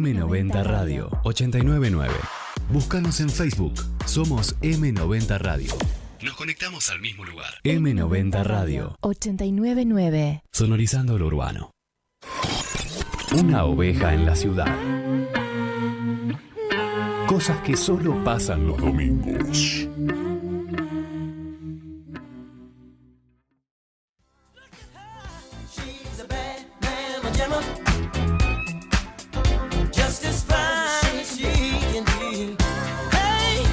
M90 Radio 899. Búscanos en Facebook. Somos M90 Radio. Nos conectamos al mismo lugar. M90 Radio 899. Sonorizando lo urbano. Una oveja en la ciudad. Cosas que solo pasan los domingos. She's a bad man, a gemma. Just as fine as she can be. Hey,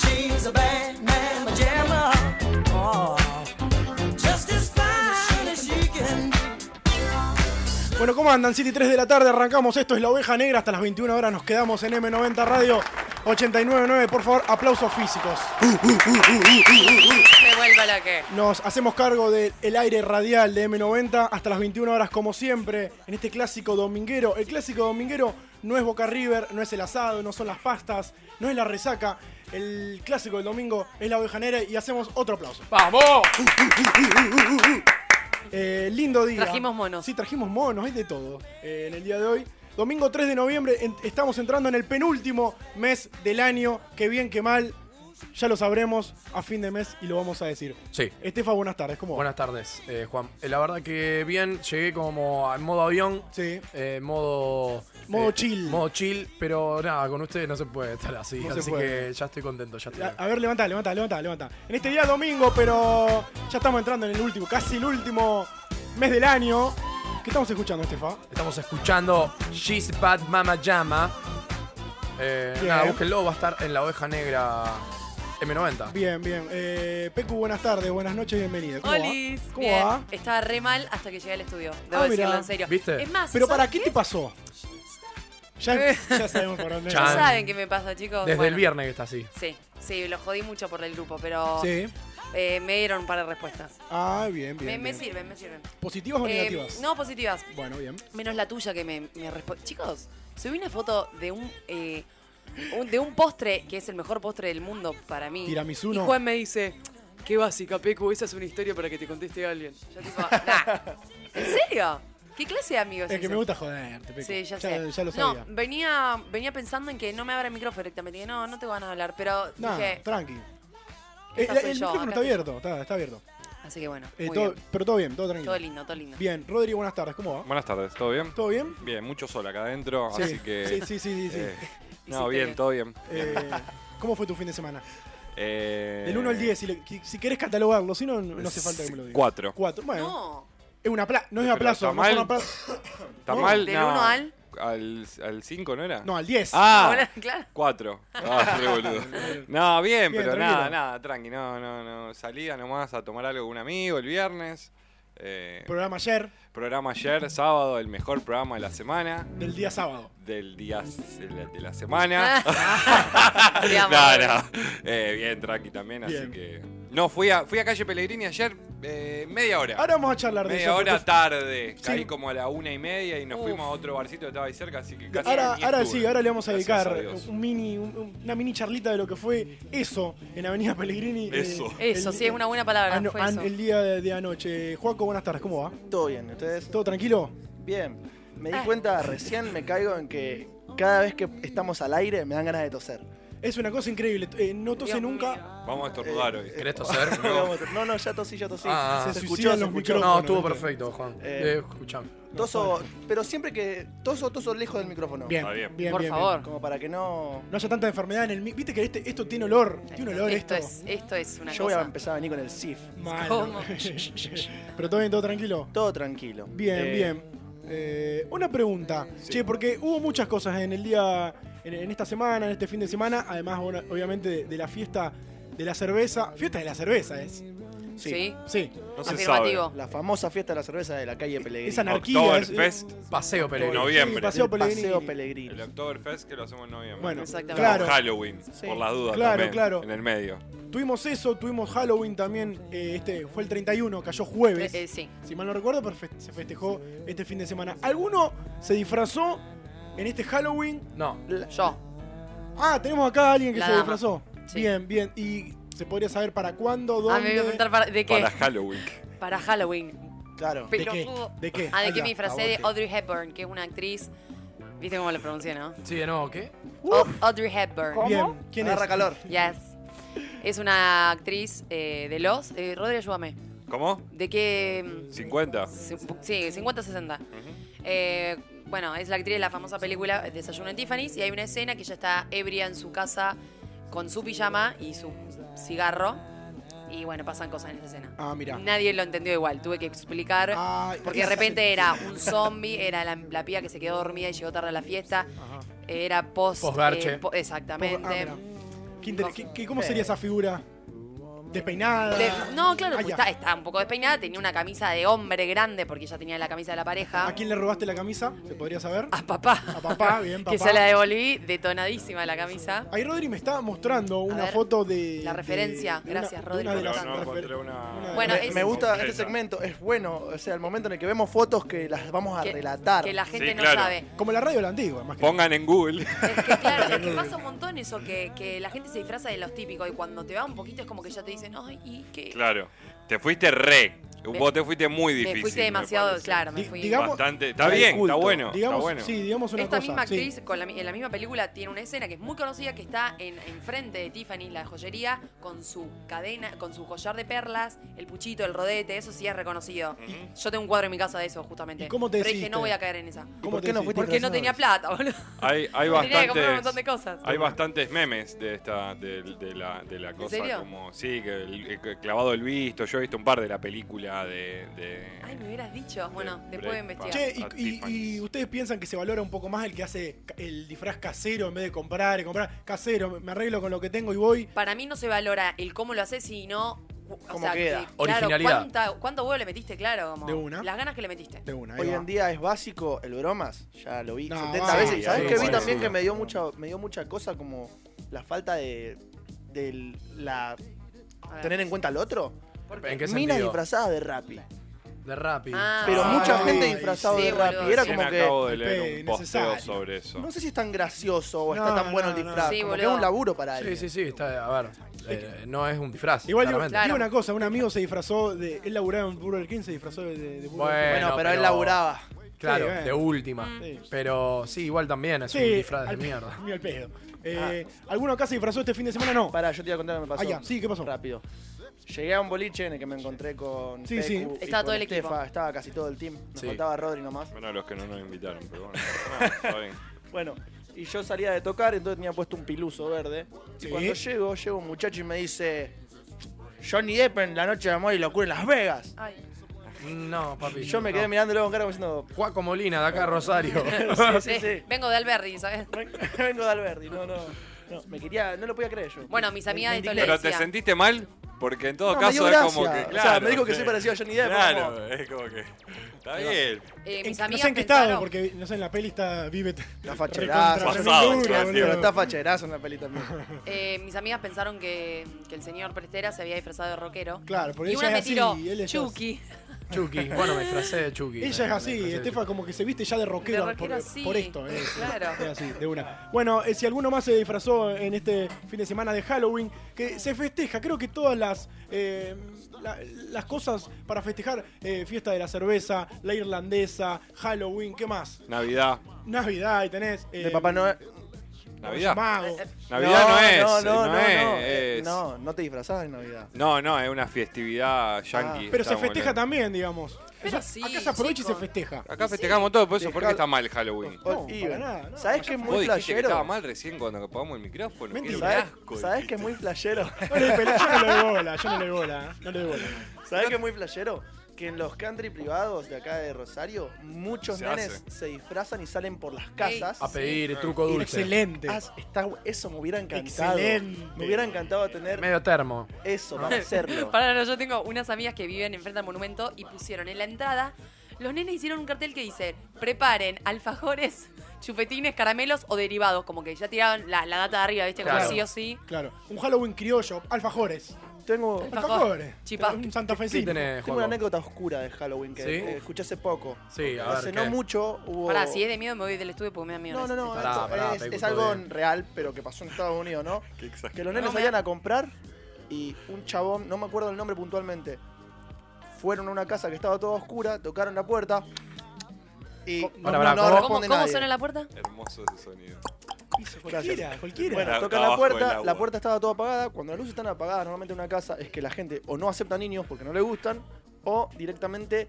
she's a bad man, a gemma. Oh, just as fine as she can be. Bueno, ¿cómo andan? City 3 de la tarde, arrancamos. Esto es La Oveja Negra. Hasta las 21 horas nos quedamos en M90 Radio 899. Por favor, aplausos físicos. Me vuelvo la que. Nos hacemos cargo del el aire radial de M90 hasta las 21 horas, como siempre, en este clásico dominguero. El clásico dominguero no es Boca River, no es el asado, no son las pastas, no es la resaca. El clásico del domingo es la oveja negra y hacemos otro aplauso. ¡Vamos! Eh, lindo día. Trajimos monos. Sí, trajimos monos, es de todo eh, en el día de hoy. Domingo 3 de noviembre, en- estamos entrando en el penúltimo mes del año. Que bien, que mal. Ya lo sabremos a fin de mes y lo vamos a decir. Sí. Estefa, buenas tardes. ¿Cómo va? Buenas tardes, eh, Juan. Eh, la verdad que bien, llegué como en modo avión, Sí. eh, modo... Modo eh, chill. Modo chill, pero nada, con ustedes no se puede estar así. No se así puede. que ya estoy contento, ya estoy A, acá. a ver, levanta, levanta, levanta, levanta. En este día domingo, pero ya estamos entrando en el último, casi el último mes del año. ¿Qué estamos escuchando, Estefa? Estamos escuchando She's a Bad Mama Llama. Eh, Bien. nada, búsquenlo, va a estar en la oveja negra M90. Bien, bien. Eh, Pecu, buenas tardes, buenas noches, bienvenida. ¿Cómo va? Olis. ¿Cómo Bien. va? Estaba re mal hasta que llegué al estudio. Debo Ah, decirlo mirá. en serio. ¿Viste? Es más, Pero ¿sabes ¿para qué te pasó? Ya, ya sabemos por dónde Chan. Ya va. saben qué me pasa, chicos. Desde el Bueno, viernes que está así. Sí, sí, lo jodí mucho por el grupo, pero Sí. eh, me dieron un par de respuestas. Ah, bien, bien. me, me bien. sirven, me sirven. ¿Positivas o Eh, negativas? no, positivas. Bueno, bien. Menos la tuya que me, me responde. Chicos, subí una foto de un, eh, un- de un postre que es el mejor postre del mundo para mí. Tiramisú, no. Y Juan me dice, Qué básica, Pecu, esa es una historia para que te conteste alguien. yo tipo, nah, ¿en serio? ¿Qué clase de amigos Es que ese? me gusta joderte, Pecu. Sí, ya, ya, sé. ya lo sabía. No, venía, venía pensando en que no me abra el micrófono directamente. Dije, no, no te van a hablar. Pero No, dije, tranqui. Eh, Esta la- soy el yo, micrófono está acá estoy yo. abierto, está, está abierto. así que bueno, Eh, muy todo- bien. pero todo bien, todo tranquilo. Todo lindo, todo lindo. Bien, Rodri, buenas tardes, ¿cómo va? Buenas tardes, ¿todo bien? ¿Todo bien? Bien, mucho sol acá adentro, Sí. así que. Sí, sí, sí, sí. sí. eh, Hiciste no, bien, bien. todo bien. Eh, ¿Cómo fue tu fin de semana? Eh, Del 1 al 10, si, le- qui- si querés catalogarlo, si no, no no hace falta que me lo digas. Cuatro. 4. Bueno, No, es una pla no Pero es un aplazo, está no es un mal. aplazo. ¿Está no, mal? del No. uno al- al. al 5, ¿no era? No, al 10. ¡Ah! Ahora, claro. Cuatro. Ah, re boludo. No, bien, Bien, pero tranquilo. nada, nada, tranqui. No, no, no. Salida nomás a tomar algo con un amigo el viernes. Eh, Programa ayer, programa ayer, sábado, el mejor programa de la semana. del día sábado. Del día s- de la, de la semana. Ah. Te amo. No, no. Eh, bien, tranqui también, así Bien. que. No, fui a, fui a calle Pellegrini ayer eh, media hora. Ahora vamos a charlar de media eso. hora porque- tarde. Sí. Caí como a la una y media y nos Uf. fuimos a otro barcito que estaba ahí cerca, así que casi. Ahora, ni ahora estuve. sí, ahora le vamos a Gracias dedicar eh, Dios. un mini, un- una mini charlita de lo que fue eso en Avenida Pellegrini. eh, Eso. Eso, el- sí, es una buena Ah, palabra. ano- fue an- eso. El día de, de anoche. Juaco, buenas tardes, ¿cómo va? Todo bien, ustedes. ¿Todo tranquilo? Bien. Me di Ah. cuenta recién, me caigo en que cada vez que estamos al aire me dan ganas de toser. Es una cosa increíble. eh, no tose Dios nunca. mío. Vamos a estornudar hoy. ¿Querés toser? No, no, no, ya tosí, ya tosí. Ah, ah. Se suicidan los micrófonos. No, estuvo ¿viste? perfecto, Juan. Eh, Eh, escuchame. Toso, pero siempre que toso, toso lejos del micrófono. Bien, Está bien, bien. bien. Por bien. favor. Como para que no... No haya tanta enfermedad en el. mi- Viste que este- esto tiene olor. Tiene un olor esto. esto, es, esto es una Yo voy cosa. a empezar a venir con el SIF. Malo. ¿Cómo? Pero todo bien, todo tranquilo. Todo tranquilo. Bien, Eh, bien. Eh, una pregunta, che, porque hubo muchas cosas en el día, en, en esta semana, en este fin de semana, además bueno, obviamente de, de la fiesta de la cerveza, fiesta de la cerveza es, Sí, sí, No se sabe. afirmativo. La famosa fiesta de la cerveza de la calle Pellegrini. es anarquía, es, Oktoberfest Paseo, pero en sí, noviembre. paseo Pellegrini. Paseo Pellegrini. El Oktoberfest que lo hacemos en noviembre. Bueno, Exactamente. claro, Con Halloween, Sí. por las dudas. Claro, también, claro. En el medio. tuvimos eso, tuvimos Halloween también, eh, este fue el 31, cayó jueves, Eh, eh, sí. si mal no recuerdo, pero fe- se festejó este fin de semana. ¿Alguno se disfrazó en este Halloween? No, Yo. Ah, tenemos acá a alguien que La se dama. disfrazó. Sí. Bien, bien, y se podría saber para cuándo, dónde. A mí me preguntar para, de qué. Para Halloween. Para Halloween. Claro. ¿De qué? Pelotudo. ¿De qué? Ah, Ahí de que va, me a disfracé vos de te- Audrey Hepburn, que es una actriz ¿Viste cómo lo pronuncié, no? Sí, de nuevo, ¿qué? O- Audrey Hepburn. ¿Cómo? Bien, Uh. ¿quién es? Agarra calor. Yes. Es una actriz eh, de los. Eh, Rodri, ayúdame. ¿Cómo? ¿De qué? mm, 50. Sí, 50-60. Eh, bueno, es la actriz de la famosa película Desayuno en Tiffany's y hay una escena que ella está ebria en su casa con su pijama y su cigarro. Y bueno, pasan cosas en esa escena. Ah, mira. Nadie lo entendió igual, tuve que explicar. Ah, porque de es- repente era un zombie, era la, la pía que se quedó dormida y llegó tarde a la fiesta. Era post. eh, Posgarche. po- Poco- ah, exactamente. mira. ¿Qué inter- qué- qué- ¿Cómo sería esa figura? Despeinada. Eh. De- no, claro, Ah, pues ya. está, está un poco despeinada, tenía una camisa de hombre grande porque ya tenía la camisa de la pareja. ¿A quién le robaste la camisa? ¿Se podría saber? A papá. A papá, bien, Que papá. se la devolví detonadísima la camisa. Ahí Rodri me estaba mostrando una ver, foto de. la de- referencia. de una- Gracias, de Rodri, una de por Pero las no refer- encontré una. Bueno, me, es- me gusta Concreta. este segmento, es bueno. O sea, el momento en el que vemos fotos que las vamos a Que, relatar. que la gente Sí, no claro. sabe. Como la radio de la antigua, más que. Pongan en Google. Es que claro, es que pasa un montón eso, que, que la gente se disfraza de los típicos y cuando te va un poquito es como que ya te dicen, ay, ¿y qué? Claro. Te fuiste re. Vos te fuiste muy me difícil. fuiste me demasiado, parece. claro, me Di- fui. digamos- Bastante. Está Re bien, está culto. bueno. digamos, está bueno. Sí, digamos una Esta cosa. misma sí. actriz con la mi- en la misma película tiene una escena que es muy conocida que está en enfrente de Tiffany, la joyería, con su cadena, con su collar de perlas, el puchito, el rodete, eso sí es reconocido. Yo tengo un cuadro en mi casa de eso, justamente. ¿Y cómo te Pero dije, decidiste? no voy a caer en esa. ¿Cómo ¿Por te qué no decís? fuiste Porque no tenía plata, boludo. Hay, hay Tenía que comprar un bastantes. montón de cosas. Hay bastantes memes de esta de, de la, de la cosa serio? como sí, que el- que clavado el visto, yo he visto un par de la película de, de- Ay, me hubieras dicho. Bueno, Break después voy a Bad. investigar. Che, a y- y, y Tiffany's. ustedes piensan que se valora un poco más el que hace ca- el disfraz casero en vez de comprar y comprar casero, me- me arreglo con lo que tengo y voy. Para mí no se valora el cómo lo haces, sino. o Cómo sea, queda. que, claro, Originalidad. cuánta- ¿Cuánto huevo le metiste? Claro, como De una. Las ganas que le metiste. De una, ahí Hoy va. en día es básico el bromas, ya lo vi No, 70 va. veces. Sí, ¿Sabes sí, qué sí, vi sí, también sí. que me dio mucha me dio mucha cosa como la falta de, de la A ver. tener en cuenta al otro? ¿En qué Minas sentido? disfrazadas de Rappi. De Rappi. Ah, Pero Ay, mucha gente sí, disfrazada sí, de boludo, Rappi. Era sí. Recién como que acabo de el leer pe- un posteo necesario. sobre eso. no sé si es tan gracioso o está No, tan bueno el no, no. disfraz. Sí, como que es boludo. un laburo para Sí, él. sí, sí, está, a ver, eh, no es un disfraz, Igual digo, claramente. Claro. digo una cosa, un amigo se disfrazó de. Él laburaba en Burger King, se disfrazó de, de, de Burger Bueno, Bueno, pero él pero- laburaba. Claro, Sí, bueno. Mm. de última. Sí. Pero sí, igual también es King. un disfraz de al- mierda. Mira el pedo. Eh, ¿Alguno acá se disfrazó este fin de semana? No. Pará, yo te iba a contar lo que me pasó. Ah, ya. Sí, ¿qué pasó? Rápido. Llegué a un boliche en el que me encontré con Sí, Pecu sí. y Estaba con todo el equipo. Estefa, Estaba casi todo el team. Nos Sí. faltaba Rodri nomás. Bueno, a los que no nos invitaron, pero bueno. no, está bien. Bueno, y yo salía de tocar, entonces tenía puesto un piluso verde. Sí. Y cuando llego, llega un muchacho y me dice: Johnny Depp en la noche de amor y locura en Las Vegas. Ay, No, papi. Y yo me quedé no. mirándolo con cara como diciendo: Juaco Molina, de acá, Rosario. Sí, sí. Vengo de Alberdi, ¿sabes? Vengo de Alberti, no, no. No, me quería, no lo podía creer yo. Bueno, mis amigas de Me Toledo. Pero te decía. sentiste mal porque en todo No, me caso dio es como gracia. que O sea, claro. me dijo que sí. soy parecido a Johnny Depp, Claro, como- es como que está bien. Eh, En- mis no amigas sé en qué pensaron- estado, porque no sé, en la peli está Vive. Está facherazo. Pasado, claro, Sí, pero está facherazo en la peli también. eh, mis amigas pensaron que, que el señor Prestera se había disfrazado de rockero. Claro, porque y ella una es me así, tiró, él es Chucky. Chucky. Bueno, me disfracé de Chucky. Ella es Me- me así, disfracé de Estefa como que se viste ya de rockero, De rockero, por, sí. por esto. eh, sí. Claro. Es así, de una. Bueno, eh, si alguno más se disfrazó en este fin de semana de Halloween, que se festeja, creo que todas las, eh, la- las cosas para festejar, eh, fiesta de la cerveza, la irlandesa, Halloween, ¿qué más? Navidad. Navidad, y tenés... eh, De Papá Noel. Navidad. Mago. Navidad no, es. No, no, no. es, no, eh, es- no, no te disfrazás de Navidad. No, no, es una festividad Ah, yankee. Pero se estamos festeja hablando. también, digamos. Pero O sea, sí, acá se aprovecha y chico. se festeja. Acá festejamos todo, por eso, ¿por qué Dejá- está mal Halloween? No, Y para bueno, nada, no. Oh, ¿Sabés que es Vos muy dijiste que estaba flashero? mal recién cuando apagamos el micrófono. que era un ¿Sabés, asco, sabés que dijiste. es muy flashero? Bueno, y pelá, yo no le doy bola, yo no le doy bola, ¿eh? no le doy bola. ¿Sabés que es muy flashero? Que en los country privados de acá de Rosario, muchos Se nenes hace. se disfrazan y salen por las casas. Chucky. A pedir truco dulce. Excelente. Ah, está- eso me hubiera encantado. Excelente. Me hubiera encantado tener Medio termo. eso para hacerlo. Pará, no, yo tengo unas amigas que viven enfrente al monumento y pusieron en la entrada. Los nenes hicieron un cartel que dice: preparen alfajores, chupetines, caramelos o derivados. Como que ya tiraron la, la data de arriba, ¿viste? Como Claro. sí o sí. Claro, un Halloween criollo, alfajores. Tengo, Alfajores. Chipá. Un Santa Fe ¿Qué tenés, tengo una Juaco? anécdota oscura de Halloween que ¿Sí? eh, escuché hace poco. Sí, a ver, Hace no ¿qué? mucho hubo... Pará, si es de miedo me voy del estudio porque me da miedo. No, no, no. Pará, esto pará, es, Pecu, es todo algo bien. real, pero que pasó en Estados Unidos, ¿no? Qué exagerado. Que los nenes No, me- salían a comprar y un chabón, no me acuerdo el nombre puntualmente, fueron a una casa que estaba toda oscura, tocaron la puerta. Y Ahora, no, pará, no ¿cómo- ¿Cómo, responde ¿cómo nadie. suena la puerta? Hermoso ese sonido. Cualquiera, cualquiera. Bueno, Era tocan la abajo del puerta, agua. la puerta estaba toda apagada. Cuando las luces están apagadas, normalmente en una casa es que la gente o no acepta niños porque no le gustan, o directamente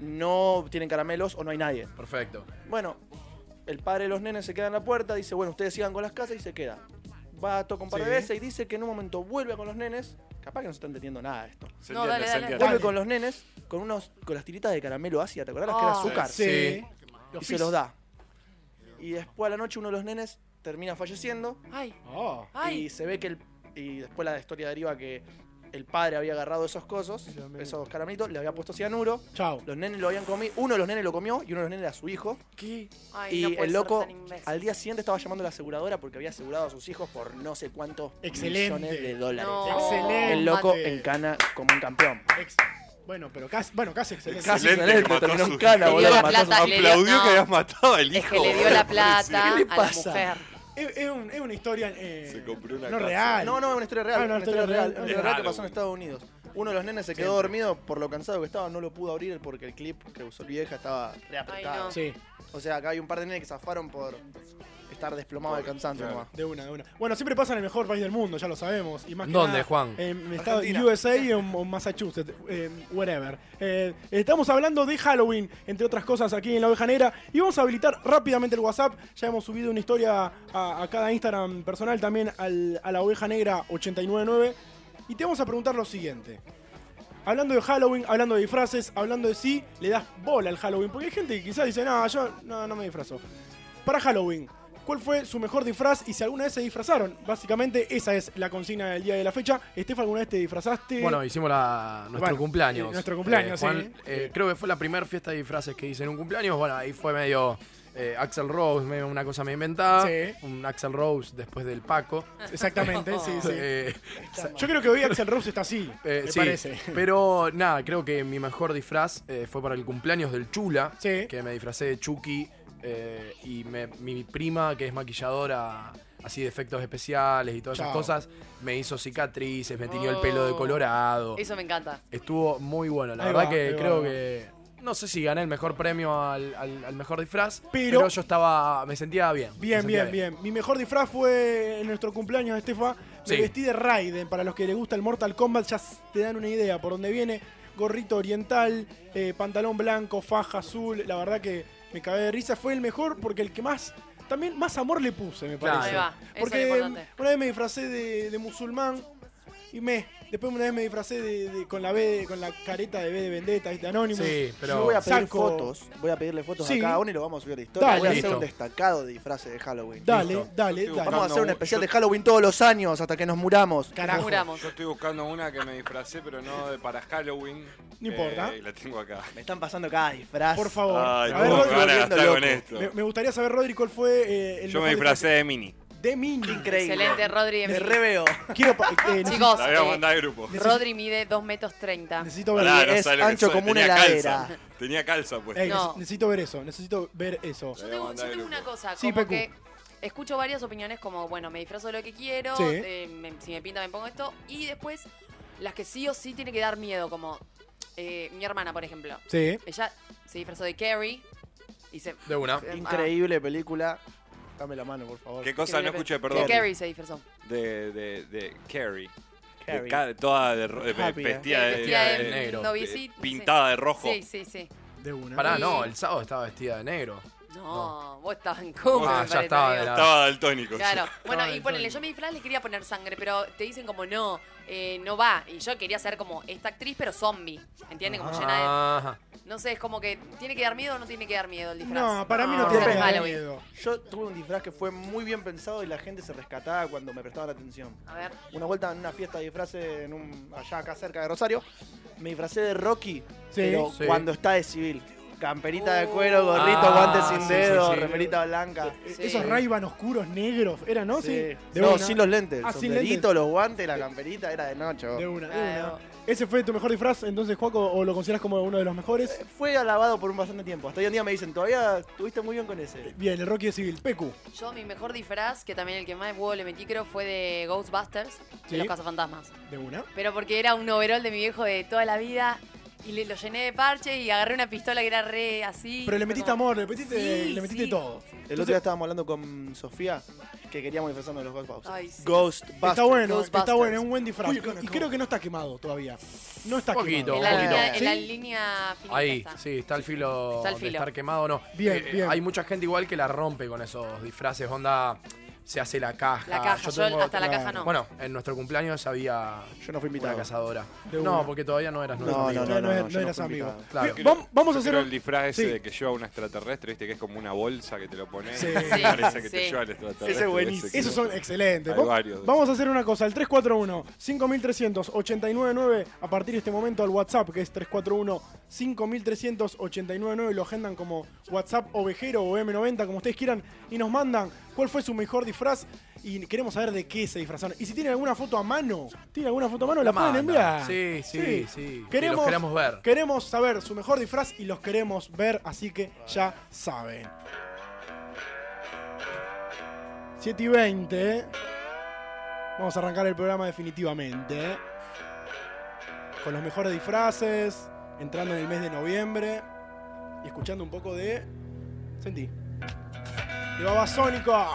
no tienen caramelos o no hay nadie. Perfecto. Bueno, el padre de los nenes se queda en la puerta, dice, bueno, ustedes sigan con las casas y se queda. Va, toca un par de Sí. veces y dice que en un momento vuelve con los nenes. Capaz que no se está entendiendo nada de esto. Se entiende, No, dale, se dale. entiende. Vuelve con los nenes con unos con las tiritas de caramelo ácida, ¿te acordás? Las que Ah, era azúcar. sí. Y se los da. Y después a la noche uno de los nenes termina falleciendo Ay, Oh, y ay. se ve que el y después la historia deriva que el padre había agarrado esos cosos, esos caramelitos, le había puesto cianuro, chao. los nenes lo habían comido, uno de los nenes lo comió y uno de los nenes era su hijo. ¿Qué? ay, Y no puede el ser loco tan imbécil. al día siguiente estaba llamando a la aseguradora porque había asegurado a sus hijos por no sé cuántos Excelente. millones de dólares. No. Excelente. El loco Mate. en cana como un campeón. Ex- Bueno, pero casi, bueno, casi excelente. Casi Excelente, excelente, que mató terminó a en sus cana, hijos. boludo. Le dio mató a sus plata, hijos. le dio- Aplaudió no. que habías matado al hijo. Es que le dio boludo, policía. la plata ¿Qué le a la pasa? mujer. Es, es un- es una historia eh, Se compró una no casa. real. No, no, es una historia real. Ah, no, una historia real. Una historia real que Halloween. pasó en Estados Unidos. Uno de los nenes se quedó dormido por lo cansado que estaba, no lo pudo abrir porque el clip que usó el vieja estaba Ay, reapretado. no. Sí, O sea, acá hay un par de nenes que zafaron por estar desplomado de cansancio claro. nomás. de una, de una. Bueno, siempre pasa en el mejor país del mundo, ya lo sabemos. Y más que ¿Dónde, nada, Juan? En estado Argentina. USA o en- o en Massachusetts, eh, whatever. Eh, estamos hablando de Halloween, entre otras cosas, aquí en La Oveja Negra. Y vamos a habilitar rápidamente el WhatsApp. Ya hemos subido una historia a, a cada Instagram personal, también al- a La Oveja Negra 899. Y te vamos a preguntar lo siguiente. Hablando de Halloween, hablando de disfraces, hablando de sí, le das bola al Halloween. Porque hay gente que quizás dice, no, yo no, no me disfrazo. Para Halloween, ¿cuál fue su mejor disfraz y si alguna vez se disfrazaron? Básicamente, esa es la consigna del día de la fecha. Estefa, ¿alguna vez te disfrazaste? Bueno, hicimos la, nuestro Bueno, cumpleaños. eh, nuestro cumpleaños, Juan, sí. eh, Creo que fue la primera fiesta de disfraces que hice en un cumpleaños. Bueno, ahí fue medio eh, Axel Rose, medio una cosa medio inventada. Sí. Un Axel Rose después del Paco. Exactamente, sí, sí. Eh, Yo creo que hoy Axel Rose está así, eh, me sí, parece. Pero nada, creo que mi mejor disfraz eh, fue para el cumpleaños del Chula. Sí. Que me disfracé de Chucky. eh, y me- mi prima, que es maquilladora así de efectos especiales y todas Chao. esas cosas, me hizo cicatrices, me tiñó el Oh. pelo de colorado. Eso me encanta. Estuvo muy bueno, la Ahí verdad va, ahí que va, creo ahí va. que. No sé si gané el mejor premio al, al- al mejor disfraz, Pero- pero, yo estaba. Me sentía bien. me Bien, sentía bien, bien. Mi mejor disfraz fue en nuestro cumpleaños, Estefa. Me Sí. vestí de Raiden. Para los que les gusta el Mortal Kombat, ya s- te dan una idea por dónde viene. Gorrito oriental, eh, pantalón blanco, faja azul. La verdad que me cagué de risa. Fue el mejor porque el que más. También más amor le puse, me Claro. parece. Ahí va, eso es Porque lo importante. una vez me disfracé de, de musulmán y me. Después una vez me disfracé de, de- con la B, de- con la careta de B de Vendetta, de Anonymous. Sí, pero. Yo voy a pedir Saco- fotos, voy a pedirle fotos Sí. a cada uno y lo vamos a subir a la historia. Dale. voy a hacer Listo. un destacado de disfraces de Halloween. Dale, Listo. dale, Estoy dale. Vamos a hacer un no, especial yo- de Halloween todos los años hasta que nos muramos. Carajo. Juramos. Yo estoy buscando una que me disfracé, pero no de para Halloween. No importa. Eh, y la tengo acá. Me están pasando cada disfraz. Por favor. Ay, a ver, cómo me Rodri, van a volviendo gastar loco. con esto. Me, me gustaría saber, Rodri, cuál fue eh, el Yo mejor me disfracé disfraz de mini. de Mini. Increíble. Excelente, Rodri. Me Emil. reveo. Quiero pa- eh, necesito, Chicos, La voy a eh, mandar al grupo. Rodri mide 2 metros 30. necesito ver. Pará, es sabe lo que ancho soy. como una Tenía heladera. Calza. Tenía calza, pues. Ey, No. nece- Necesito ver eso, necesito ver eso. Yo tengo, yo mandar el tengo una grupo. cosa, Sí, como Pecu. que escucho varias opiniones como, bueno, me disfrazo de lo que quiero, Sí. eh, me- si me pinta me pongo esto, y después las que sí o sí tiene que dar miedo, como eh, mi hermana, por ejemplo. Sí. Ella se disfrazó de Carrie y se... De una. eh, Increíble película. Dame la mano, por favor. ¿Qué ah, cosa? que- No escuché, De perdón. Carrie se disfrazó. De, de, de Carrie. De Carrie. ca- toda de, ro- de- Happy, eh. vestida de, Vestida de de- negro. novici- de- pintada de rojo. Sí, sí, sí. De una. Pará, Y- no, el sábado estaba vestida de negro. No, vos estabas en coma, Ah, me ya parece, estaba amigo. de la- Estaba daltónico. Claro, bueno, Ay, y ponele, Tony. yo mi disfraz le quería poner sangre, pero te dicen como no, eh, no va. Y yo quería ser como esta actriz, pero zombie. ¿Entienden? Como Ah. llena Ajá. de. No sé, es como que tiene que dar miedo o no tiene que dar miedo el disfraz. No, para mí no No, tiene depende. nada de Halloween. miedo. Yo tuve un disfraz que fue muy bien pensado y la gente se rescataba cuando me prestaban atención. A ver. Una vuelta en una fiesta de disfraces en un, allá acá cerca de Rosario, me disfracé de Rocky, pero Sí. cuando está de civil. Camperita de Oh. cuero, gorrito, Ah, guantes sin sí, dedo, sí, sí. remerita blanca. Sí. Eh, Esos ray oscuros negros, ¿era, no? Sí. Sí. De No, una. sin los lentes. El Ah, sin sombrerito, lentes. los guantes, la camperita, era de noche. vos. De una, de Ah, una. ¿Ese fue tu mejor disfraz, entonces, Juaco, o lo consideras como uno de los mejores? Fue alabado por un bastante tiempo. Hasta hoy en día me dicen, todavía estuviste muy bien con ese. Bien, el Rocky de Civil. Pecu. Yo mi mejor disfraz, que también el que más huevo le metí, creo, fue de Ghostbusters, Sí. de los cazafantasmas. De una. Pero porque era un overall de mi viejo de toda la vida. Y le, lo llené de parche y agarré una pistola que era re así. Pero le fue metiste como- amor, le metiste, Sí, le metiste sí. todo. El otro día estábamos hablando con Sofía que queríamos disfrazarnos de los Ghostbusters. Ay, sí. Ghostbusters. Está bueno, Ghostbusters. está bueno, es un buen disfraz. y creo que no está quemado todavía. No está Poquito, En quemado. la, poquito. línea, en la ¿Sí? línea finita Ahí, está. sí, está el filo Está el de filo. estar quemado o no. Eh, Bien, bien. Hay mucha gente igual que la rompe con esos disfraces, onda, se hace la caja. La caja, yo, tengo- hasta la caja no. Bueno, en nuestro cumpleaños había Yo no fui una invitado. cazadora. De No, una. porque todavía no eras No, nuestro no, amigo. No, yo no, no, no no fui eras amigo. invitado. Claro. Bien, vam- Vamos a Yo hacer creo un- el disfraz ese Sí. de que lleva un extraterrestre, viste que es como una bolsa que te lo pones Sí. y Sí, parece que te sí. lleva el extraterrestre. ese buenísimo. que- Esos son excelentes. Hay Va- varios de Vamos a hacer una cosa, el 341-5389-9, a partir de este momento al WhatsApp, que es 341-5389-9, lo agendan como WhatsApp ovejero o M90, como ustedes quieran, y nos mandan cuál fue su mejor disfraz y queremos saber de qué se disfrazaron. Y si tienen alguna foto a mano, tienen alguna foto a mano, la, pueden manda. enviar. Sí, sí, sí. Que Queremos, los queramos ver. Queremos saber su mejor disfraz y los queremos ver, así que ya saben. 7 y 20. ¿eh? Vamos a arrancar el programa definitivamente. ¿eh? Con los mejores disfraces, entrando en el mes de noviembre y escuchando un poco de. Sentí. De Babasónicos.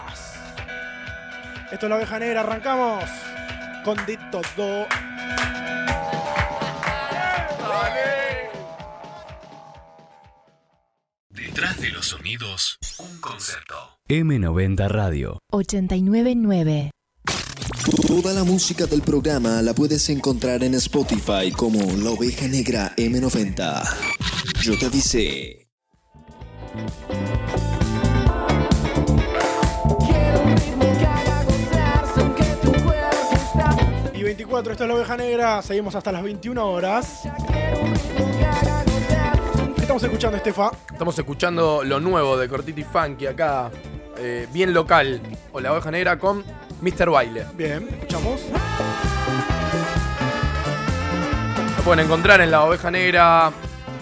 Esto es la oveja negra, arrancamos con de todo. Detrás de los sonidos, un concepto. M90 Radio. 899. Toda la música del programa la puedes encontrar en Spotify como La Oveja Negra M90. Yo te avisé. Y 24, esto es la oveja negra, seguimos hasta las 21 horas. ¿Qué estamos escuchando, Estefa? Estamos escuchando lo nuevo de Cortiti Funky acá, eh, bien local, o la oveja negra con Mr. Baile. Bien, escuchamos. Lo pueden encontrar en la oveja negra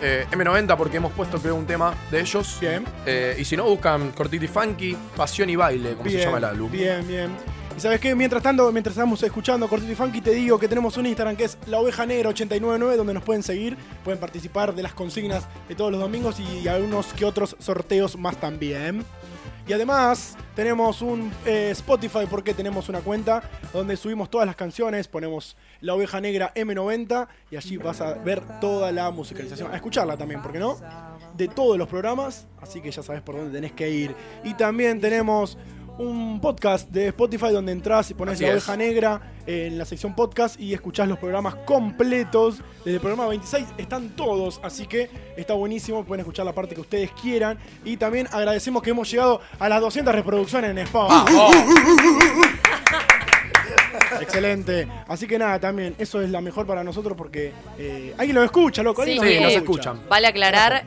eh, M90 porque hemos puesto creo un tema de ellos. Bien, Eh, y si no, buscan Cortiti Funky, Pasión y Baile, como bien. se llama el álbum. Bien, bien. ¿Y sabes qué? Mientras tanto, mientras estamos escuchando Cortito y Funky, te digo que tenemos un Instagram que es la oveja negra 899, donde nos pueden seguir, pueden participar de las consignas de todos los domingos y algunos que otros sorteos más también. Y además tenemos un eh, Spotify porque tenemos una cuenta donde subimos todas las canciones, ponemos La Oveja Negra M90 y allí vas a ver toda la musicalización, a escucharla también, ¿por qué no? De todos los programas, así que ya sabes por dónde tenés que ir. Y también tenemos un podcast de Spotify donde entras y pones Así La es. Oveja Negra en la sección podcast y escuchás los programas completos. Desde el programa 26 están todos, así que está buenísimo, pueden escuchar la parte que ustedes quieran. Y también agradecemos que hemos llegado a las 200 reproducciones en Spotify. Excelente. Así que nada, también, eso es la mejor para nosotros porque eh, alguien lo escucha, loco. alguien Sí, Sí, Eh, nos lo escuchan. Vale aclarar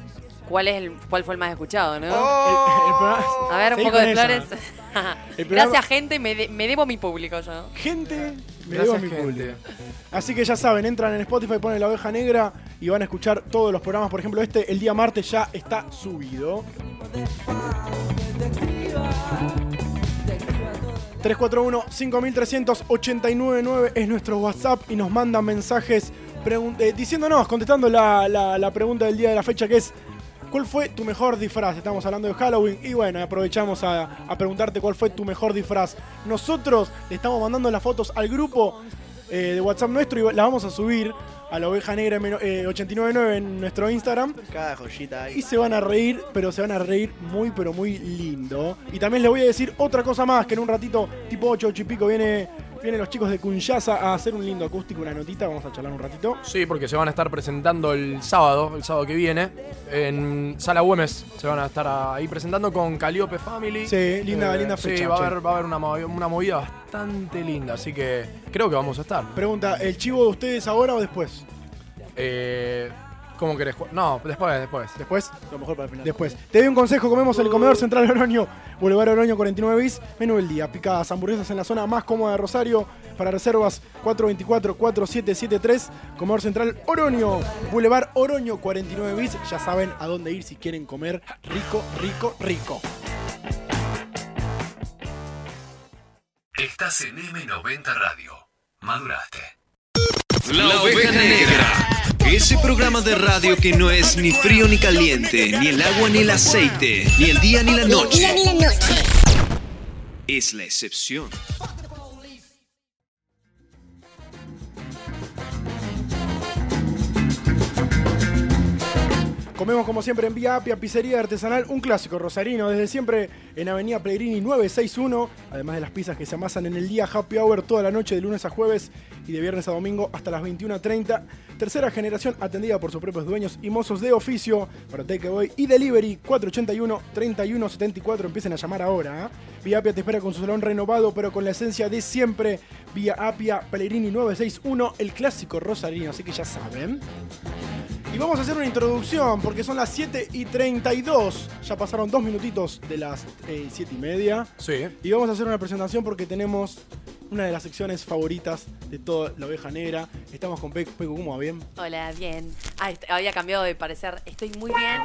cuál, es el, cuál fue el más escuchado, El- ¿no? el programa- A ver, un Seguí poco con de esa. flores. El programa- Gracias, gente. Me, de- me debo a mi público yo. Gente, me debo a Gracias, mi gente. público. Así que ya saben, entran en Spotify, ponen la oveja negra y van a escuchar todos los programas. Por ejemplo, este el día martes ya está subido. 341-5389-9 es nuestro WhatsApp y nos mandan mensajes pregun- eh, diciéndonos, contestando la, la- la pregunta del día de la fecha que es ¿Cuál fue tu mejor disfraz? Estamos hablando de Halloween y bueno, aprovechamos a, a preguntarte cuál fue tu mejor disfraz. Nosotros le estamos mandando las fotos al grupo eh, de WhatsApp nuestro y las vamos a subir a la oveja negra M- eh, 899 en nuestro Instagram Cada joyita ahí. y se van a reír, pero se van a reír muy, pero muy lindo. Y también les voy a decir otra cosa más, que en un ratito, tipo 8, 8 y pico, viene, vienen los chicos de Cunyasa a hacer un lindo acústico, una notita, vamos a charlar un ratito. Sí, porque se van a estar presentando el sábado, el sábado que viene, en Sala Güemes. Se van a estar ahí presentando con Caliope Family. Eh, Sí, linda- linda Sí, fecha, va a che. haber, va a haber una, movi- una movida bastante linda, así que creo que vamos a estar. Pregunta, ¿el chivo de ustedes ahora o después? Eh, ¿Cómo querés jugar? No, después, después. Después. Lo mejor para el final. Después, te doy un consejo, comemos en el comedor central Oroño, Boulevard Oroño 49 bis, menú del día, picadas, hamburguesas en la zona más cómoda de Rosario, para reservas 424-4773, comedor central Oroño, Boulevard Oroño 49 bis, ya saben a dónde ir si quieren comer rico, rico, rico. Estás en M90 Radio. Maduraste. La oveja negra. Ese programa de radio que no es ni frío ni caliente, ni el agua ni el aceite, ni el día ni la noche. Es la excepción. Comemos como siempre en Vía Apia, Pizzería Artesanal, un clásico rosarino desde siempre en Avenida Pellegrini 961, además de las pizzas que se amasan en el día Happy Hour toda la noche de lunes a jueves y de viernes a domingo hasta las 21.30. Tercera generación atendida por sus propios dueños y mozos de oficio para takeaway y delivery 481-3174. Empiecen a llamar ahora. ¿eh? Vía Apia te espera con su salón renovado pero con la esencia de siempre. Vía Apia Pellegrini 961, el clásico rosarino, así que ya saben. Y vamos a hacer una introducción porque son las 7 y 32. Ya pasaron dos minutitos de las eh, 7 y media. Sí. Y vamos a hacer una presentación porque tenemos una de las secciones favoritas de toda la oveja negra. Estamos con Peco. Peco, ¿cómo va? ¿Bien? Hola, bien. Ah, est- había cambiado de parecer. Estoy muy bien.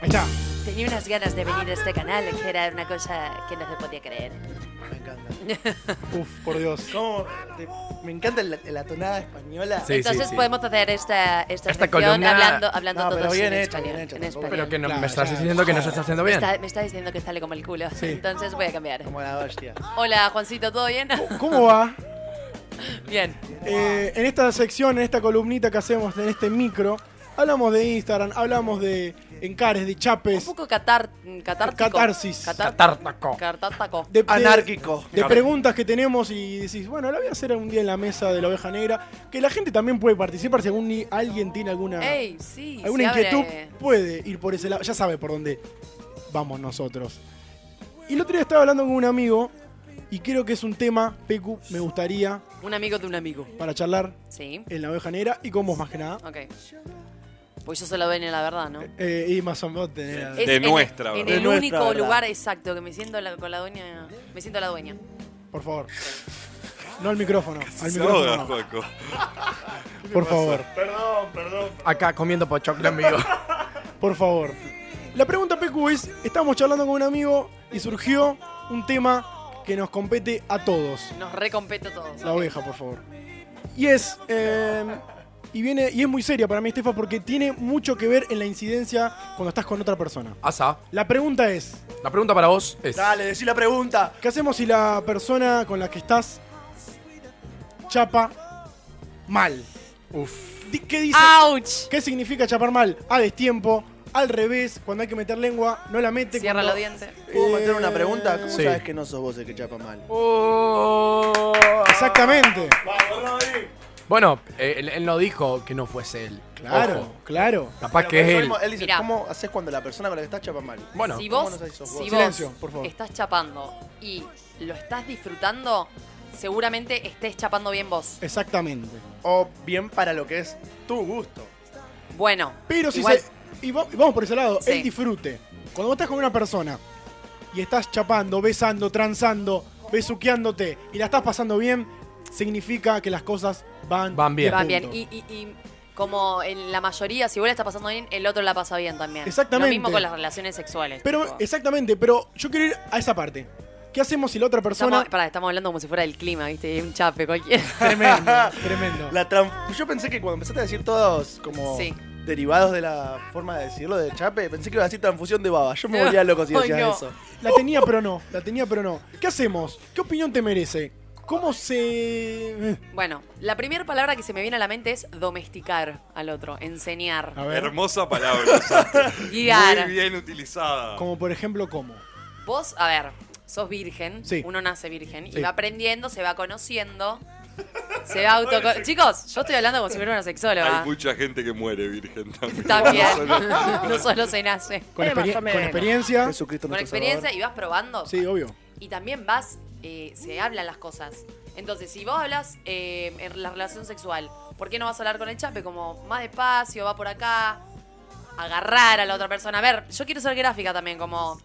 Ahí está. Tenía unas ganas de venir a este canal, que era una cosa que no se podía creer. Me encanta. Uf, por Dios. ¿Cómo? Te- me encanta la, la tonada española. Entonces podemos hacer esta, esta, Esta sección columna- hablando, hablando No, todos pero bien en hecho, español. bien hecho, en tampoco. español. Pero que no, Claro, me estás ya, diciendo que no se está haciendo Me bien. está, me está diciendo que sale como el culo. Entonces voy a cambiar. Como la hostia. Hola, Juancito, ¿todo bien? ¿Cómo va? Bien. Eh, en esta sección, en esta columnita que hacemos en este micro, hablamos de Instagram, hablamos de encares, de Un chapes, poco catar, catártico. Catarsis. Catar- Catártaco. Catártaco. de, de- Anárquico. De preguntas que tenemos y decís, bueno, la voy a hacer un día en la mesa de la oveja negra. Que la gente también puede participar si algún, ni- alguien tiene alguna, Ey, sí, alguna se abre. inquietud. Puede ir por ese lado. Ya sabe por dónde vamos nosotros. Y el otro día estaba hablando con un amigo y creo que es un tema, Pecu, me gustaría Un amigo de un amigo. para charlar Sí. en la oveja negra y con vos más que nada. Ok. Pues yo se lo doy en la verdad, ¿no? Eh, y más o menos tener- Es en- En el De único nuestra verdad. lugar exacto que me siento la- con la dueña. Me siento la dueña. Por favor. No al micrófono. Al Se micrófono. ahoga, no. Juaco. Por favor. Perdón, perdón. Acá comiendo pochoclo en vivo. Por favor. La pregunta, Pecu, es: estábamos charlando con un amigo y surgió un tema que nos compete a todos. Nos recompete a todos. La oveja, por favor. Y es. eh, y, viene, y es muy seria para mí, Estefa, porque tiene mucho que ver en la incidencia cuando estás con otra persona. Asa. La pregunta es: La pregunta para vos es. Dale, decí la pregunta. ¿Qué hacemos si la persona con la que estás chapa mal? Uf. Di- ¿Qué dice? ¿Qué significa chapar mal? A destiempo, al revés, cuando hay que meter lengua, no la mete. Cierra cuando- Eh, los dientes. ¿Puedo meter una pregunta? ¿Cómo Sí. sabes que no sos vos el que Oh. chapa mal? Exactamente. Bueno, eh, él, él no dijo que no fuese él. Claro, Ojo. claro. Capaz que es Pero él. mismo, dice, ¿cómo haces cuando la persona con la que estás chapa mal? Bueno. si ¿Cómo vos, no sabés sos si vos? vos Silencio, por favor. estás chapando y lo estás disfrutando, seguramente estés chapando bien vos. Exactamente. O bien para lo que es tu gusto. Bueno. Pero si igual- se. Y va- y vamos por ese lado, Sí. el disfrute. Cuando vos estás con una persona y estás chapando, besando, transando, besuqueándote y la estás pasando bien, significa que las cosas van, Van bien. Van bien. Punto. Y, y- y como en la mayoría, si vos la estás pasando bien, el otro la pasa bien también. Exactamente. Lo mismo con las relaciones sexuales. Pero, tipo. exactamente, pero yo quiero ir a esa parte. ¿Qué hacemos si la otra persona. Estamos, pará, estamos hablando como si fuera del clima, ¿viste? Y Un chape cualquiera. Tremendo, tremendo. La tram- Pues Yo pensé que cuando empezaste a decir todos como Sí. derivados de la forma de decirlo de Chape, pensé que ibas a decir transfusión de baba. Yo me volvía loco si Ay, decías no. eso. La tenía, pero no. La tenía, pero no. ¿Qué hacemos? ¿Qué opinión te merece? ¿Cómo se.? Bueno, la primera palabra que se me viene a la mente es domesticar al otro, enseñar. Hermosa palabra. usaste. Guiar. Muy bien utilizada. Como por ejemplo, ¿cómo? Vos, a ver, sos virgen. Sí. Uno nace virgen. Sí. Y va aprendiendo, se va conociendo. Se va auto. Chicos, yo estoy hablando como si fuera una sexóloga. Hay mucha gente que muere virgen también. También. No solo- no solo se nace. Con, experi- con experiencia. Con experiencia y vas probando. Sí, obvio. Y también vas, eh, se hablan las cosas. Entonces, si vos hablas eh, en la relación sexual, ¿por qué no vas a hablar con el chape? Como más despacio, va por acá, agarrar a la otra persona. A ver, yo quiero ser gráfica también, como.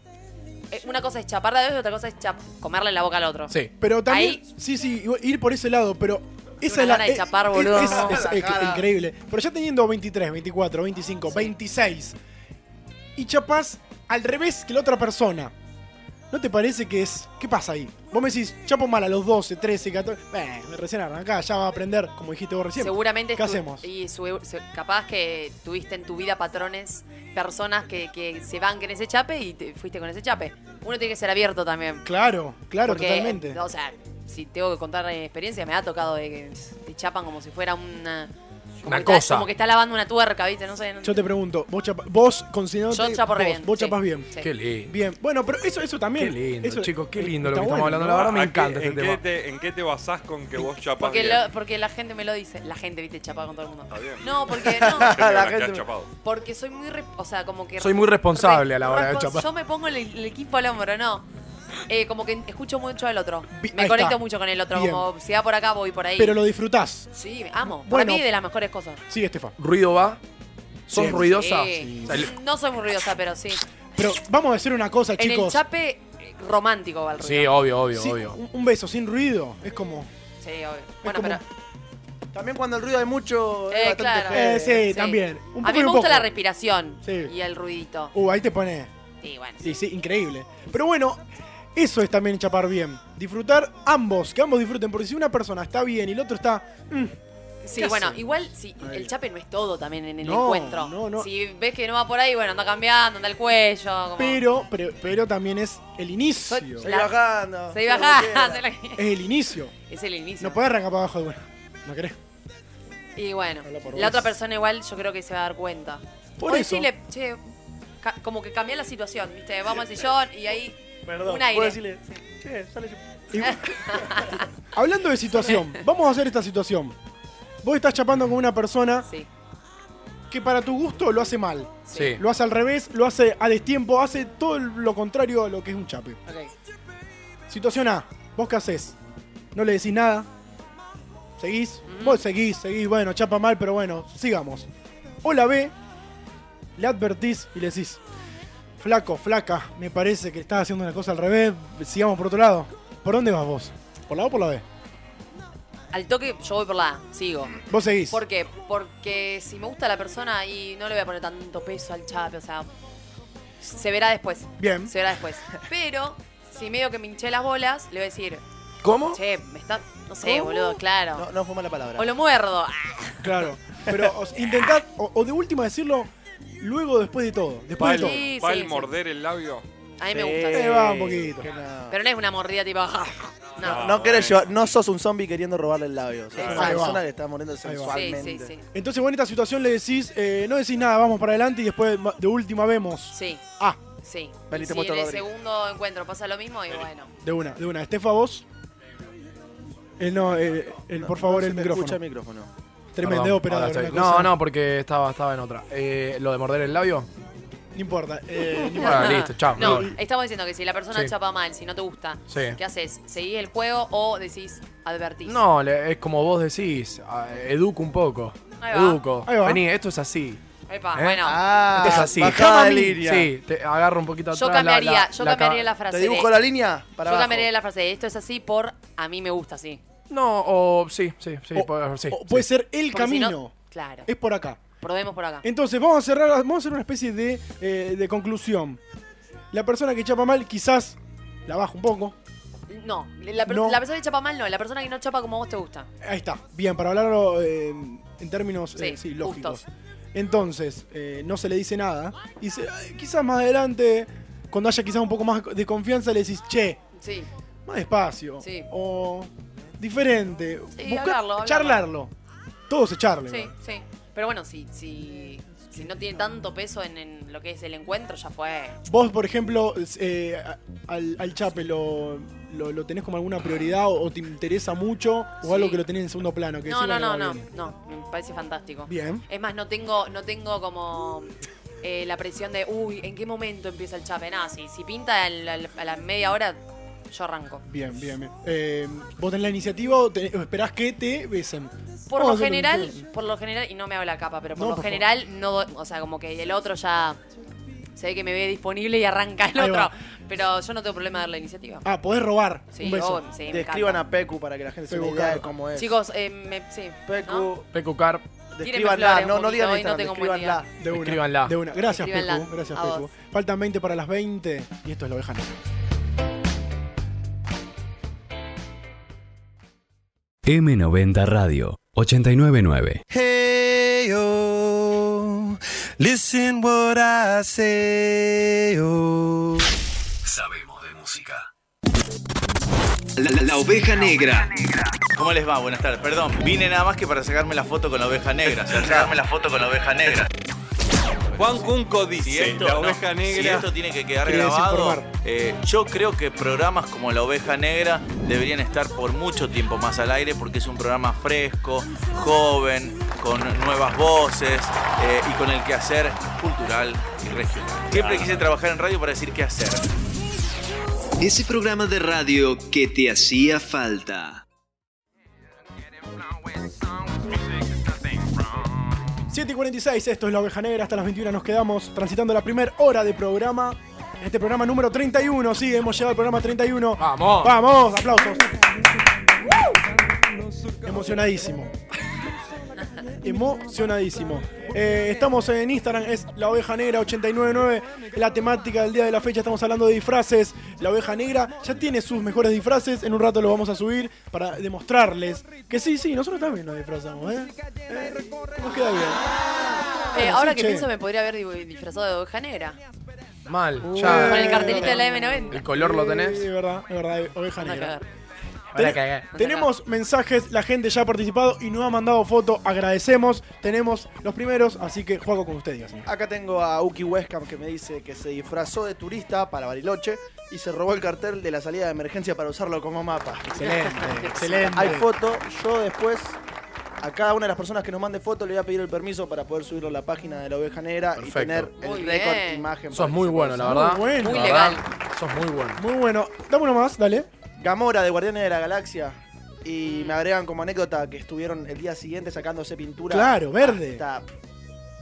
eh, Una cosa es chapar de dedos y otra cosa es chap- comerle la boca al otro. Sí. Pero también. Sí, sí, igual- ir por ese lado, pero. Esa Una es la. gana de eh, chapar, eh, boludo. Es, es- La es cara. increíble. Pero ya teniendo 23, 24, 25, 26. Y chapás al revés que la otra persona. ¿No te parece que es. ¿Qué pasa ahí? Vos me decís, Chapo mal a los 12, 13, 14. Eh, recién arrancá, ya va a aprender, como dijiste vos recién. Seguramente ¿Qué estu- hacemos? Y su- su- capaz que tuviste en tu vida patrones, personas que, que se banquen ese chape y te fuiste con ese chape. Uno tiene que ser abierto también. Claro, claro, Porque, totalmente. O sea, si tengo que contar mi experiencia, me ha tocado de que te chapan como si fuera una. como Una que estás- cosa. como que está lavando una tuerca, ¿viste? No sé. no- Yo te pregunto, vos, chapa- vos considerándote- Yo chapo re vos, bien, Vos sí, chapas bien. sí. Qué lindo. Bien, bueno, pero eso, eso también. Qué lindo, eso- chicos, qué lindo lo está que estamos bueno, hablando. ¿no? La verdad me ¿A qué- encanta este Ah, en tema. Qué te, ¿En qué te basás con que vos chapas Porque, bien? lo- porque la gente me lo dice. La gente, viste, chapa con todo el mundo. bien. No, porque Yo no. creo que la que has chapado. Porque soy muy. re- o sea, como que. Soy muy responsable a la hora de Respons- chapar. Yo me pongo el, el equipo al hombro, no. Eh, como que escucho mucho al otro. ahí Me conecto está. mucho con el otro. Bien. Como si va por acá, voy por ahí. Pero lo disfrutás. Sí, me amo. Bueno. Para mí, de las mejores cosas. Sí, Estefa. ¿Ruido va? ¿Sos Sí. ruidosa? Sí. O sea, el- No soy muy ruidosa, pero sí. Pero vamos a decir una cosa, En el chicos. chape eh, romántico va el ruido. Sí, obvio, obvio, Sí, obvio. Un, un beso sin ruido es como. Sí, obvio. Bueno, como- pero. También cuando el ruido hay mucho. es Eh, bastante claro. feo. Eh, sí, también. Un poco a mí y me un poco. gusta la respiración y el ruidito. Uh, ahí te pone. Sí, bueno. Sí, sí, increíble. Pero bueno, eso es también chapar bien. Disfrutar ambos, que ambos disfruten. Porque si una persona está bien y el otro está. mm, Sí, ¿qué bueno, hacen? igual si el chape no es todo también en el No, encuentro. no, no. Si ves que no va por ahí, bueno, anda cambiando, anda el cuello. Como... Pero, pero, pero también es el inicio. La- Seguí bajando. Es el inicio. Es el inicio. No podés arrancar para abajo de bueno. ¿No querés? Y bueno, por la vos. otra persona igual yo creo que se va a dar cuenta. Por O eso. decirle, che, ca- como que cambia la situación, ¿viste? Vamos al sillón y ahí Perdón, un aire. puedo decirle, "Che, sale yo". Hablando de situación, vamos a hacer esta situación. Vos estás chapando con una persona que para tu gusto lo hace mal. Sí. Lo hace al revés, lo hace a destiempo, hace todo lo contrario a lo que es un chape. Situación A, vos qué haces? No le decís nada. ¿Seguís? Vos seguís, seguís, bueno, chapa mal, pero bueno, sigamos. O la B, le advertís y le decís, flaco, flaca, me parece que estás haciendo una cosa al revés, sigamos por otro lado. ¿Por dónde vas vos? ¿Por la A o por la B? Al toque yo voy por la A, sigo. Vos seguís. ¿Por qué? Porque si me gusta la persona y no le voy a poner tanto peso al chape, o sea, se verá después. Bien. Se verá después. Pero si medio que me hinché las bolas, le voy a decir, ¿Cómo? che, me está... Ah, No sé, ¿Cómo? boludo, claro. No, no fue mala palabra. O lo muerdo. Ah, Claro. Pero o sea, intentad, o, o de última decirlo, luego después de todo. Después de ¿Va todo. el- va el morder el labio? A mí me gusta. Ahí sí. va un poquito. Pero no es una mordida tipo... ah, No, No. no querés llevar- no sos un zombie queriendo robarle el labio. Sos Ahí una va. persona que está muriendo Ahí va. sensualmente. Sí, sí, Entonces vos en esta situación le decís, eh, no decís nada, vamos para adelante y después ma- de última vemos. Sí. Ah, Sí. Benito Y si en Motor el Rodríguez. segundo encuentro pasa lo mismo y bueno. de una, de una. Estefa, vos. Eh, no, eh, el, por favor, el micrófono. Escucha el micrófono. Tremendo Perdón, operador. ahora estoy- una cosa- No, no, porque estaba, estaba en otra. Eh, ¿Lo de morder el labio? No importa. eh, no Bueno, importa. listo, chao. No, me voy. estamos diciendo que si la persona Sí. chapa mal, si no te gusta, Sí. ¿qué haces? ¿Seguís el juego o decís advertís? No, le- es como vos decís, ah, educo un poco. Ahí va. Educo. Ahí va. Vení, esto es así. Epa, ¿Eh? Ah, bueno. esto es así. bajada de Cami. Ah, línea. Sí, te agarro un poquito atrás. Yo la- cambiaría, la- yo la cambiaría ca- la frase. ¿Te dibujo de- la línea? Para yo abajo. cambiaría la frase de esto es así por a mí me gusta así. No, o sí, sí, sí. po- sí, Puede sí. ser el Porque si no- Ah. camino. claro. Es por acá. Probemos por acá. Entonces, vamos a cerrar, vamos a hacer una especie de, eh, de conclusión. La persona que chapa mal, quizás la baja un poco. No, la, per- No. la persona que chapa mal no, la persona que no chapa como a vos te gusta. Ahí está. Bien, para hablarlo eh, en términos eh, Sí, sí, lógicos. justos. Entonces, eh, no se le dice nada. Y se- ay, quizás más adelante, cuando haya quizás un poco más de confianza, le decís, che, Sí. más despacio. Sí. O diferente. Sí, Buscar- hablarlo, hablarlo. Charlarlo. Todo se charla. Sí, sí. Pero bueno, si, si, si no tiene tanto peso en, en lo que es el encuentro, ya fue. Vos, por ejemplo, eh, al, al Chape, lo, lo, lo tenés como alguna prioridad o, o te interesa mucho? ¿O Sí. algo que lo tenés en segundo plano? Que No, decís, no, bueno, no, va no, bien. no. Me parece fantástico. Bien. Es más, no tengo, no tengo como eh, la presión de, uy, ¿en qué momento empieza el chape? Nada, si, si pinta al- al- a la media hora, yo arranco. Bien, bien, bien. Eh, ¿Vos tenés la iniciativa o, te- o esperás que te besen? Por Vamos a lo hacer general, un- por lo general, y no me hago la capa, pero por No, lo por general, no doy- o sea, como que el otro ya se ve que me ve disponible y arranca el Ahí otro. va. Pero yo no tengo problema de dar la iniciativa. Ah, podés robar. Sí, un beso. obvio, sí, me Describan encanta. a Pecu para que la gente se dé Pecu idea de Carp. cómo es. Chicos, eh, me, sí. Pecu, ¿no? Pecu Carp. Describanla, flores no, un no digan poquito, hoy Instagram, no tengo buen describanla. día. De una. Escríbanla. De una. Gracias, Escríbanla. Pecu. Gracias, A Pecu. vos. Faltan 20 para las 20 y esto es la oveja Negra. M90 Radio 899. Hey, oh, listen what I say, oh. Sabemos de música. La, la- la oveja negra. ¿Cómo les va? Buenas tardes. Perdón, vine nada más que para sacarme la foto con la oveja negra. O sea, sacarme la foto con la oveja negra. Juan Junco dice, la oveja negra. Si esto tiene que quedar Quiere grabado, desinformar. eh, yo creo que programas como La Oveja Negra deberían estar por mucho tiempo más al aire porque es un programa fresco, joven, con nuevas voces eh, y con el quehacer cultural y regional. Siempre quise trabajar en radio para decir qué hacer. Ese programa de radio que te hacía falta. 7 y 46, esto es La Oveja Negra, hasta las 21 nos quedamos transitando la primera hora de programa. Este programa número 31, sí, hemos llegado al programa 31. ¡Vamos! ¡Vamos! ¡Aplausos! Emocionadísimo. Emocionadísimo. Eh, estamos en Instagram, es la oveja negra 899. La temática del día de la fecha, estamos hablando de disfraces. La oveja negra ya tiene sus mejores disfraces. En un rato los vamos a subir para demostrarles que sí, sí, nosotros también nos disfrazamos. ¿eh? Eh, nos queda bien. Eh, ahora Sí, que che. pienso me podría haber dibu- disfrazado de oveja negra. Mal, ya. Con el cartelito de la M90. El color lo tenés. Eh, Sí, es verdad, es verdad, oveja Anda a negra. cagar. Para Ten- cagar. Tenemos mensajes, la gente ya ha participado y nos ha mandado foto, agradecemos, tenemos los primeros, así que juego con ustedes. Acá tengo a Uki Westcam que me dice que se disfrazó de turista para Bariloche y se robó el cartel de la salida de emergencia para usarlo como mapa. Excelente, excelente. Hay foto. Yo después, a cada una de las personas que nos mande foto, le voy a pedir el permiso para poder subirlo a la página de la Oveja Negra Perfecto. y tener Muy el récord bien. imagen. Sos para que muy se bueno, pueda la usar. verdad. Muy bueno. Muy La legal. verdad, Sos muy bueno. Muy bueno. Dame uno más, dale. Gamora de Guardianes de la Galaxia. Y me agregan como anécdota que estuvieron el día siguiente sacándose pintura. Claro, verde. hasta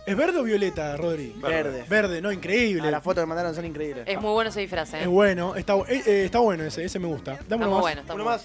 ¿Es verde o violeta, Rodri? Verde. Verde, no, increíble. Ah, las fotos que mandaron son increíbles. Es muy bueno ese disfraz, ¿eh? Es bueno, está, bu- eh, eh, está bueno ese, ese me gusta. Dame Está uno muy más. bueno, está Uno muy más.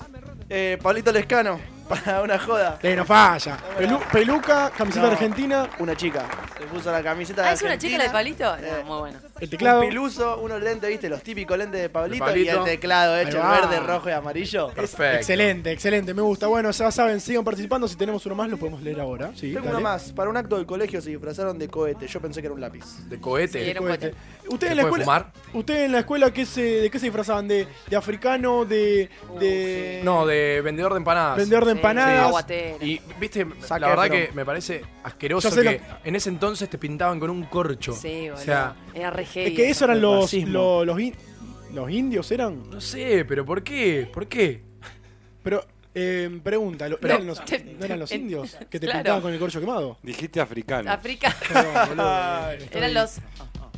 Eh, Pablito Lescano, para una joda. Sí, Eh, no falla. Pelu- peluca, camiseta No. argentina. Una chica. Se puso la camiseta de Ah, ¿es una chica la de Argentina, Eh, palito? No, muy bueno. El teclado. Un piluso, unos lentes, viste, los típicos lentes de Pablito, De Pablito. y el teclado Ahí hecho va. verde, rojo y amarillo. Perfecto. Excelente, excelente, me gusta. Bueno, ya saben, sigan participando. Si tenemos uno más, lo podemos leer ahora. Sí, Tengo dale. una más. Para un acto del colegio se disfrazaron de cohete. Yo pensé que era un lápiz. ¿De cohete? Sí, era un cohete. ¿Usted ¿Se en, la puede escuela, fumar? ¿Usted en la escuela qué se, de qué se disfrazaban? ¿De, de africano? ¿De, de No, de vendedor de empanadas. vendedor de empanadas? Y viste, Saca la verdad Efron. que me parece asqueroso Ya sé que en ese entonces te pintaban con un corcho. Sí, O boludo. sea, Era re Es heavy. que eso eran El los, racismo. los, los, in- los indios, ¿eran? no sé, pero ¿por qué? ¿Por qué? Pero, eh, pregunta, ¿lo- Pero- eran los- ¿no eran los indios que te Claro. pintaban con el corcho quemado? Dijiste africano. África. Ah, eh, Eran los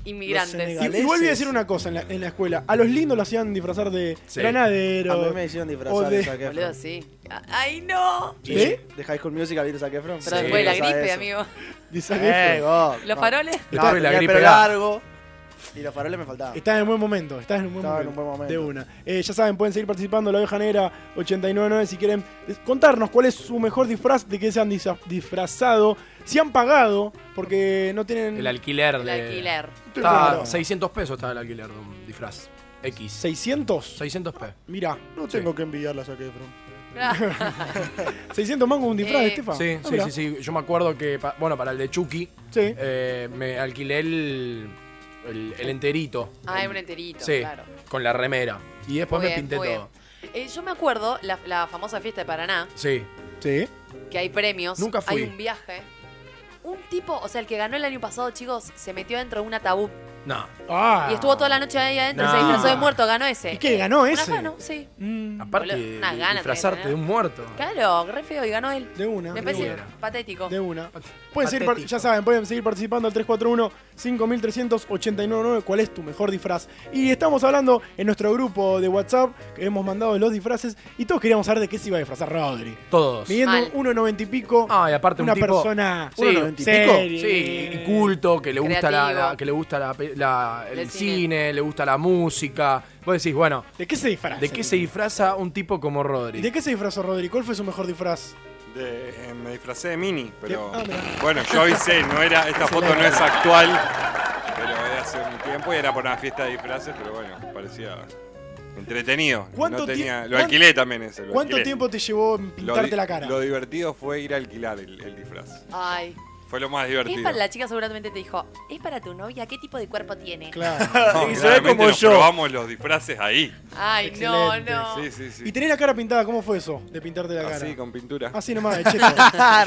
inmigrantes. Y, y volví a decir una cosa en la, en la escuela. A los lindos lo hacían disfrazar de Sí. granadero. A mí me hicieron disfrazar o de Zac Efron. Boludo, sí. A- ¡Ay, no! ¿Eh? De High School Musical, ¿viste Zac Efron? Pero después de la gripe, amigo. de Zac Eh, Efron. vos, ¿Los no. faroles? No, Después de tenía la gripe, pelo da. largo y los faroles me faltaban. Estás en un buen momento, estás en un buen, Estaba en momento, un buen momento. De una. Eh, ya saben, pueden seguir participando en la Oveja Negra 899 si quieren des- contarnos cuál es su mejor disfraz, de qué se han disa- disfrazado, si han pagado, porque no tienen. El alquiler de. alquiler. Estaba Claro. 600 pesos estaba el alquiler de un disfraz. X. ¿600? 600 pesos. Mira, No tengo que envidiarla a Zac Efron. 600 mangos un disfraz, Eh, Estefa. Sí, Ah, sí, mirá. sí, sí. Yo me acuerdo que, pa- bueno, para el de Chucky, eh, me alquilé el, el, el enterito. Ah, era un enterito, Sí, claro. con la remera. Y después Muy me bien, pinté muy todo. bien. Eh, yo me acuerdo la, la famosa fiesta de Paraná, Sí. Sí. que hay premios. Nunca fui. Hay un viaje. Un tipo, o sea, el que ganó el año pasado, chicos, se metió dentro de un ataúd. No. Ah. Y estuvo toda la noche ahí adentro, No. se disfrazó de muerto, ganó ese. ¿Y qué, ganó Una ese? mano, sí. Aparte, Boludo, unas ganas ¿eh? disfrazarte tenés, de un muerto. Claro, re feo, y ganó él. De una. Me de parece una. patético. De una. Pueden seguir par- ya saben, pueden seguir participando al 341-5389. ¿Cuál es tu mejor disfraz? Y estamos hablando en nuestro grupo de WhatsApp que hemos mandado los disfraces y todos queríamos saber de qué se iba a disfrazar Rodri. Todos. Midiendo 1,90 y pico. Ah, y aparte una un tipo, persona. sí, 1,90 seria. sí, y culto, que le gusta la, Creativo. la- que le gusta la pe- la- el, El cine. cine. le gusta la música. Vos decís, bueno, ¿de qué se disfraza? ¿De qué se disfraza un tipo como Rodri? ¿De qué se disfrazó Rodri? ¿Cuál fue su mejor disfraz? De- eh, me disfracé de mini, pero. Ah, mirá. bueno, yo avisé, no era, esta foto no es actual, pero era hace un tiempo y era por una fiesta de disfraces, pero bueno, parecía. Entretenido. ¿Cuánto No tenía- tie- lo cuán- alquilé también ese. lo ¿Cuánto alquilé. tiempo te llevó en Lo pintarte di- la cara? Lo divertido fue ir a alquilar el, el disfraz. Ay. Fue lo más Es divertido. para la chica seguramente te dijo, es para tu novia, ¿qué tipo de cuerpo tiene? No, Y se ve claramente como nos yo. probamos los disfraces ahí. Ay, no, Excelente. no. Sí, sí, sí. ¿Y tenés la cara pintada? ¿Cómo fue eso de pintarte la cara? Así, con pintura. Así nomás, de cheto.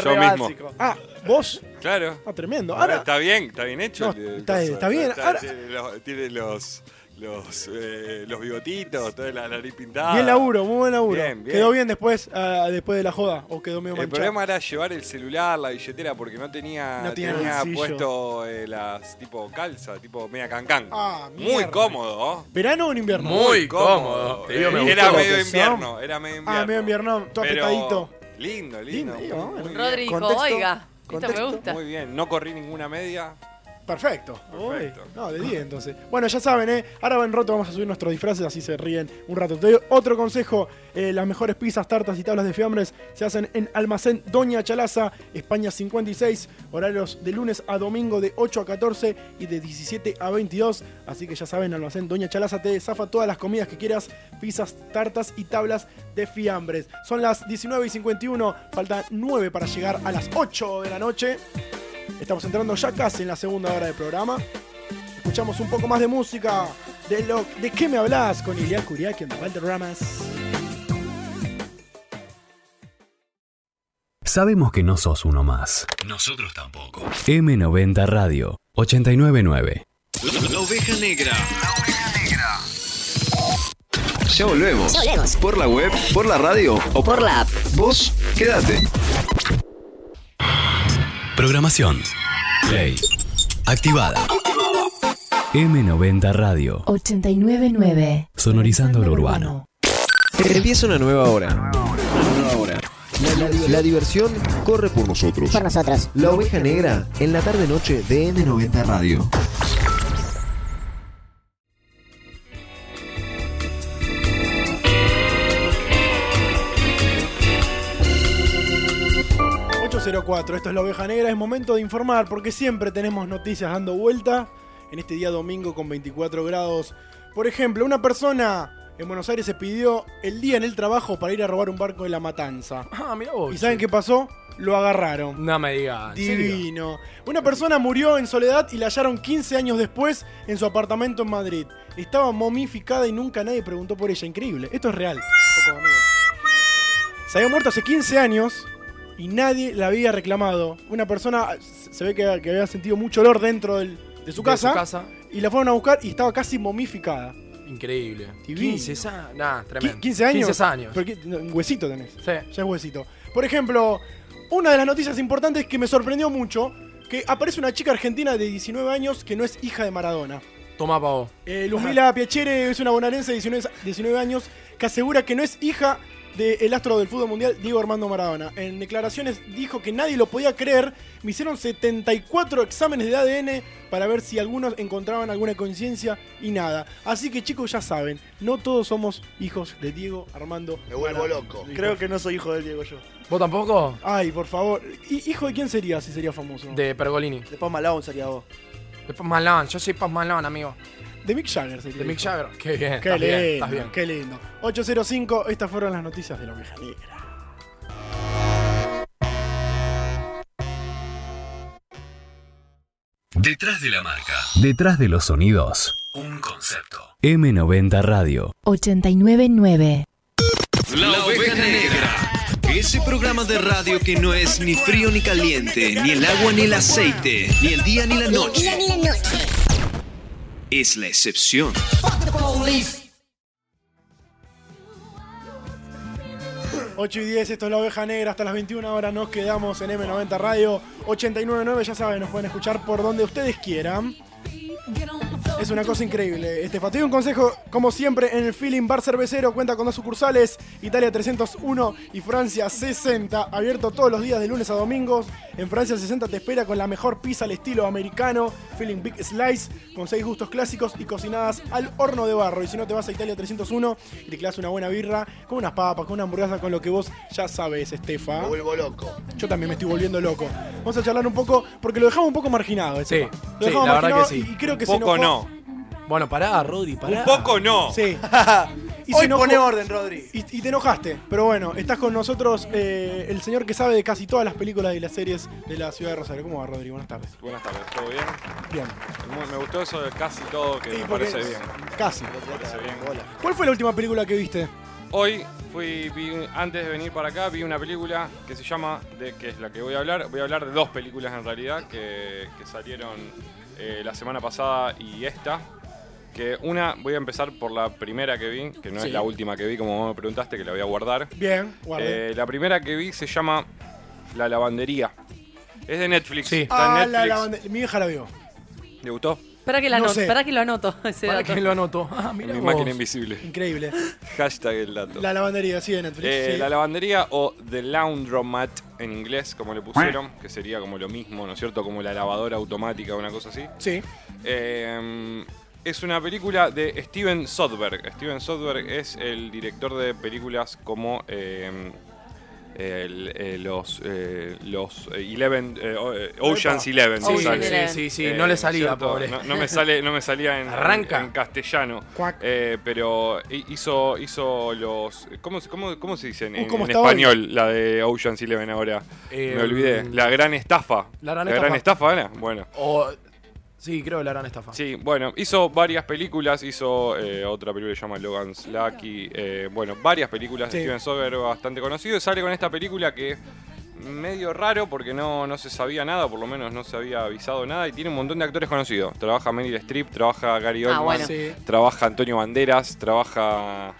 Yo mismo. Ah, ¿vos? Claro. Ah, tremendo. Ahora, Ahora, está bien, está bien hecho. No, el- el está- coso. está bien, ahora- tiene los, tiene los, los, eh, los bigotitos, toda la nariz pintada. bien laburo, muy buen laburo. Bien, bien. ¿Quedó bien después, ah, después de la joda? ¿O quedó medio El manchado? problema era llevar el celular, la billetera, porque no tenía, No tenía bolsillo. puesto eh, las tipo calza, tipo media cancán. Ah, Muy mierda. cómodo. ¿oh? ¿Verano o en invierno? Muy cómodo. Te digo, me Era gustó. medio Lo que son. invierno, era medio Ah, medio invierno, todo Pero apretadito. Lindo, lindo. muy, muy Rodri bien. dijo, oiga, esto me gusta. Muy bien, no corrí ninguna media. Perfecto. Perfecto. Uy, no, de 10 entonces. Bueno, ya saben, ¿eh? Ahora en roto vamos a subir nuestros disfraces, así se ríen un rato. Te doy otro consejo. eh, las mejores pizzas, tartas y tablas de fiambres se hacen en Almacén Doña Chalaza, España 56. Horarios de lunes a domingo de 8 a 14 y de 17 a 22. Así que ya saben, Almacén Doña Chalaza te zafa todas las comidas que quieras. Pizzas, tartas y tablas de fiambres. Son las 19 y 51. Faltan 9 para llegar a las 8 de la noche. Estamos entrando ya casi en la segunda hora del programa. Escuchamos un poco más de música. ¿De, lo, de qué me hablas con Ilya Kuriak en Valderramas? Sabemos que no sos uno más. Nosotros tampoco. M90 Radio 899. La oveja negra. Ya volvemos. Ya volvemos. Por la web, por la radio o por la app. Vos, quédate. Programación. Play. Activada. M90 Radio. 899. Sonorizando lo urbano. Empieza una nueva hora. Una nueva hora. La, la- la diversión corre por nosotros. Por nosotros. La oveja negra en la tarde-noche de N90 Radio. Thank 804, esto es La Oveja Negra. Es momento de informar porque siempre tenemos noticias dando vuelta en este día domingo con 24 grados. Por ejemplo, una persona en Buenos Aires se pidió el día en el trabajo para ir a robar un barco de la matanza. Ah, mira vos. ¿Y saben qué pasó? Lo agarraron. No me digas. ¿en serio? Divino. Una persona murió en soledad y la hallaron 15 años después en su apartamento en Madrid. Estaba momificada y nunca nadie preguntó por ella. Increíble. Esto es real. Poco, amigo. Se había muerto hace 15 años y nadie la había reclamado. Una persona se se ve que, que había sentido mucho olor dentro del- de, su De casa, su casa. y la fueron a buscar y estaba casi momificada. Increíble. Divino. 15 años. Nah, tremendo. 15 años. 15 años. Pero qué- no, un huesito tenés. Ya es huesito. Por ejemplo, una de las noticias importantes que me sorprendió mucho, que aparece una chica argentina de 19 años que no es hija de Maradona. Toma pavo. Eh, Luzmila Piachere es una bonaerense de 19, 19 años que asegura que no es hija del astro del fútbol mundial Diego Armando Maradona. En declaraciones dijo que nadie lo podía creer. Me hicieron 74 exámenes de ADN para ver si algunos encontraban alguna coincidencia y nada. Así que chicos ya saben, no todos somos hijos de Diego Armando. Me vuelvo loco. Creo que no soy hijo del Diego yo. ¿Vos tampoco? Ay, por favor. ¿Y- ¿Hijo de quién sería si sería famoso? De Pergolini. De Paz Malón sería vos. De Paz Malón. Yo soy Paz Malón, amigo. De Mick Jagger sería. De Mick hijo. Jagger. Qué bien. Qué estás lindo, bien, estás bien. qué lindo. 805, estas fueron las noticias de la oveja negra. Detrás de la marca. Detrás de los sonidos. Un concepto. M90 Radio. 899. La oveja negra. Ese programa de radio que no es ni frío ni caliente, ni el agua ni el aceite, ni el día ni la noche. Es la excepción. Police. 8 y 10, esto es La Oveja Negra, hasta las 21 horas nos quedamos en M90 Radio 899, ya saben, nos pueden escuchar por donde ustedes quieran. Es una cosa increíble. Este Te doy un consejo, como siempre, en el Feeling Bar Cervecero cuenta con dos sucursales, Italia 301 y Francia 60, abierto todos los días de lunes a domingos. En Francia 60 te espera con la mejor pizza al estilo americano, Feeling Big Slice, con seis gustos clásicos y cocinadas al horno de barro. Y si no te vas a Italia 301 y te quedas una buena birra, con unas papas, con una hamburguesa, con lo que vos ya sabes, Estefa. Me vuelvo loco. Yo también me estoy volviendo loco. Vamos a charlar un poco, porque lo dejamos un poco marginado, este Estefa. Lo Sí, dejamos la verdad marginado que sí. y creo que Un se poco enojó- Bueno, pará, Rodri, pará. Un poco no. Sí. se Hoy enojó. pone orden, Rodri. Y, y te enojaste, pero bueno, estás con nosotros eh, el señor que sabe de casi todas las películas y las series de la ciudad de Rosario. ¿Cómo va, Rodri? Buenas tardes. Buenas tardes, ¿todo bien? Bien. Me- Me gustó eso de casi todo que Sí, me porque parece es- bien. casi. Me parece bien. ¿Cuál fue la última película que viste? Hoy fui, vi- antes de venir para acá, vi una película que se llama, de que es la que voy a hablar. Voy a hablar de dos películas en realidad que, que salieron eh, la semana pasada y esta. Que una, voy a empezar por la primera que vi, que no Sí. es la última que vi, como vos me preguntaste, que la voy a guardar. Bien, guardé. Eh, la primera que vi se llama La lavandería. Es de Netflix. Sí. Está ah, en la, Netflix. la bande- Mi hija la vio. ¿Te gustó? Para que, la No no sé. para que lo anoto. Ese Para dato. que lo anoto. Ah, Mi máquina invisible. Increíble. Hashtag el dato. La lavandería, sí, de Netflix. Eh, sí. La lavandería o The Laundromat en inglés, como le pusieron, que sería como lo mismo, ¿no es cierto? Como la lavadora automática, una cosa así. Sí. Eh, es una película de Steven Soderbergh. Steven Soderbergh es el director de películas como eh, el- eh, los, eh, los eh, Eleven, eh, o- eh, Ocean's Epa. Eleven. Sí, me sí, sale. sí, sí, no le ¿no es salía, eh, cierto? pobre. No, no me sale, no me salía en, Arranca. en castellano. Cuac. Eh, pero hi- hizo, hizo los... ¿Cómo, se- cómo, cómo se dice en, Uh, ¿cómo en está hoy? español la de Ocean's Eleven ahora? Eh, me olvidé. La gran estafa. La gran gran estafa. estafa, ¿era? Bueno. O, sí, creo que la gran estafa. Sí, bueno, hizo varias películas, hizo eh, otra película que se llama Logan's Lucky, eh, bueno, varias películas de Sí. Steven Soderbergh bastante conocido, y sale con esta película que medio raro porque no, no se sabía nada, por lo menos no se había avisado nada, y tiene un montón de actores conocidos. Trabaja Meryl Streep, trabaja Gary Ah, Oldman, bueno. Sí. trabaja Antonio Banderas, trabaja...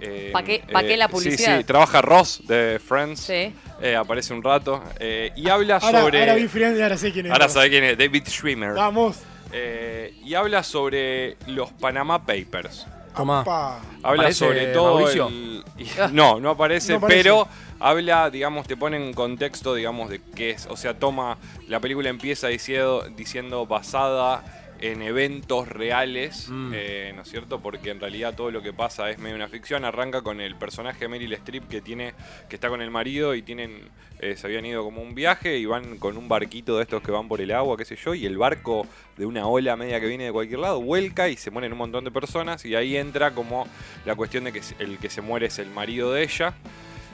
eh, Pa' qué- pa' qué la sí, publicidad. Sí, trabaja Ross de Friends, Sí. eh, aparece un rato, eh, y habla ahora, sobre... ahora vi Friends y ahora sé quién es. Ahora sabe quién es, David Schwimmer. Vamos. Eh, y habla sobre los Panama Papers. Tomá. Pa. Habla Parece sobre todo. Mauricio. el- Ah. y- no, no aparece, No aparece. pero habla, digamos, te pone en contexto, digamos, de qué es. O sea, toma. La película empieza diciendo, diciendo basada en eventos reales, eh, ¿no es cierto? Porque en realidad todo lo que pasa es medio una ficción. Arranca con el personaje de Meryl Streep que tiene, que está con el marido y tienen, eh, se habían ido como un viaje y van con un barquito de estos que van por el agua, qué sé yo, y el barco de una ola media que viene de cualquier lado vuelca y se mueren un montón de personas y ahí entra como la cuestión de que el que se muere es el marido de ella.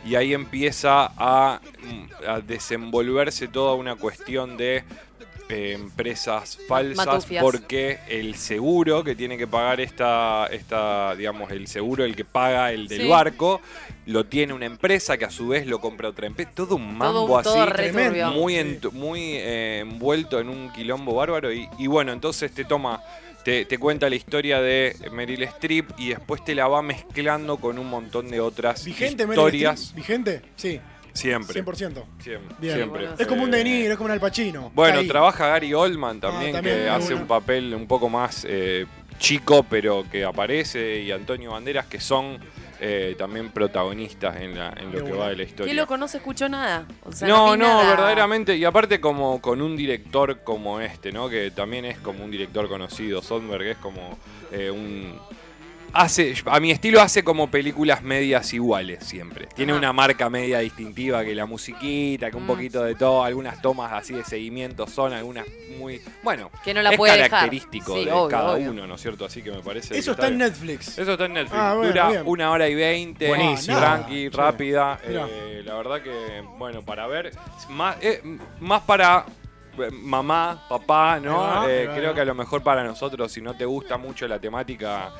Y ahí empieza a, mm, a desenvolverse toda una cuestión de eh, empresas falsas Matufias. porque el seguro que tiene que pagar esta, esta digamos, el seguro, el que paga el del Sí. barco, lo tiene una empresa que a su vez lo compra otra empresa. Todo un mambo Todo- así, todo re turbio. muy, entu- muy eh, envuelto en un quilombo bárbaro. Y, y bueno, entonces te toma... Te, te cuenta la historia de Meryl Streep y después te la va mezclando con un montón de otras Vigente, Meryl historias. Streep, Vigente, sí. Siempre. 100%. Siempre. Bien. siempre. Es como un Eh, De Niro, es como un Al Pacino. bueno, Ahí. trabaja Gary Oldman también, Ah, también, que muy hace bueno. un papel un poco más eh, chico, pero que aparece, y Antonio Banderas, que son eh, también protagonistas en, la- en lo que va de la historia. ¿Qué loco? No se escuchó nada. O sea, No, vi no, nada. verdaderamente. Y aparte como con un director como este, ¿no? Que también es como un director conocido. Soderbergh es como eh, un... Hace, a mi estilo hace como películas medias iguales siempre. Tiene Ajá. una marca media distintiva que la musiquita, Mm. que un poquito de todo, algunas tomas así de seguimiento son, algunas muy... Bueno, Que no la es puede dejar. característico Sí, de obvio, cada obvio. uno, ¿no es cierto? Así que me parece... que Eso está en bien. Netflix. Eso está en Netflix. Ah, bueno, Dura bien. una hora y veinte. Buenísimo. Tranqui, Sí. rápida. Mirá. Eh, la verdad que, bueno, para ver. Más, eh, más para eh, mamá, papá, Ahí ¿no? va, Eh, ahí va, ahí creo va. que a lo mejor para nosotros, si no te gusta mucho la temática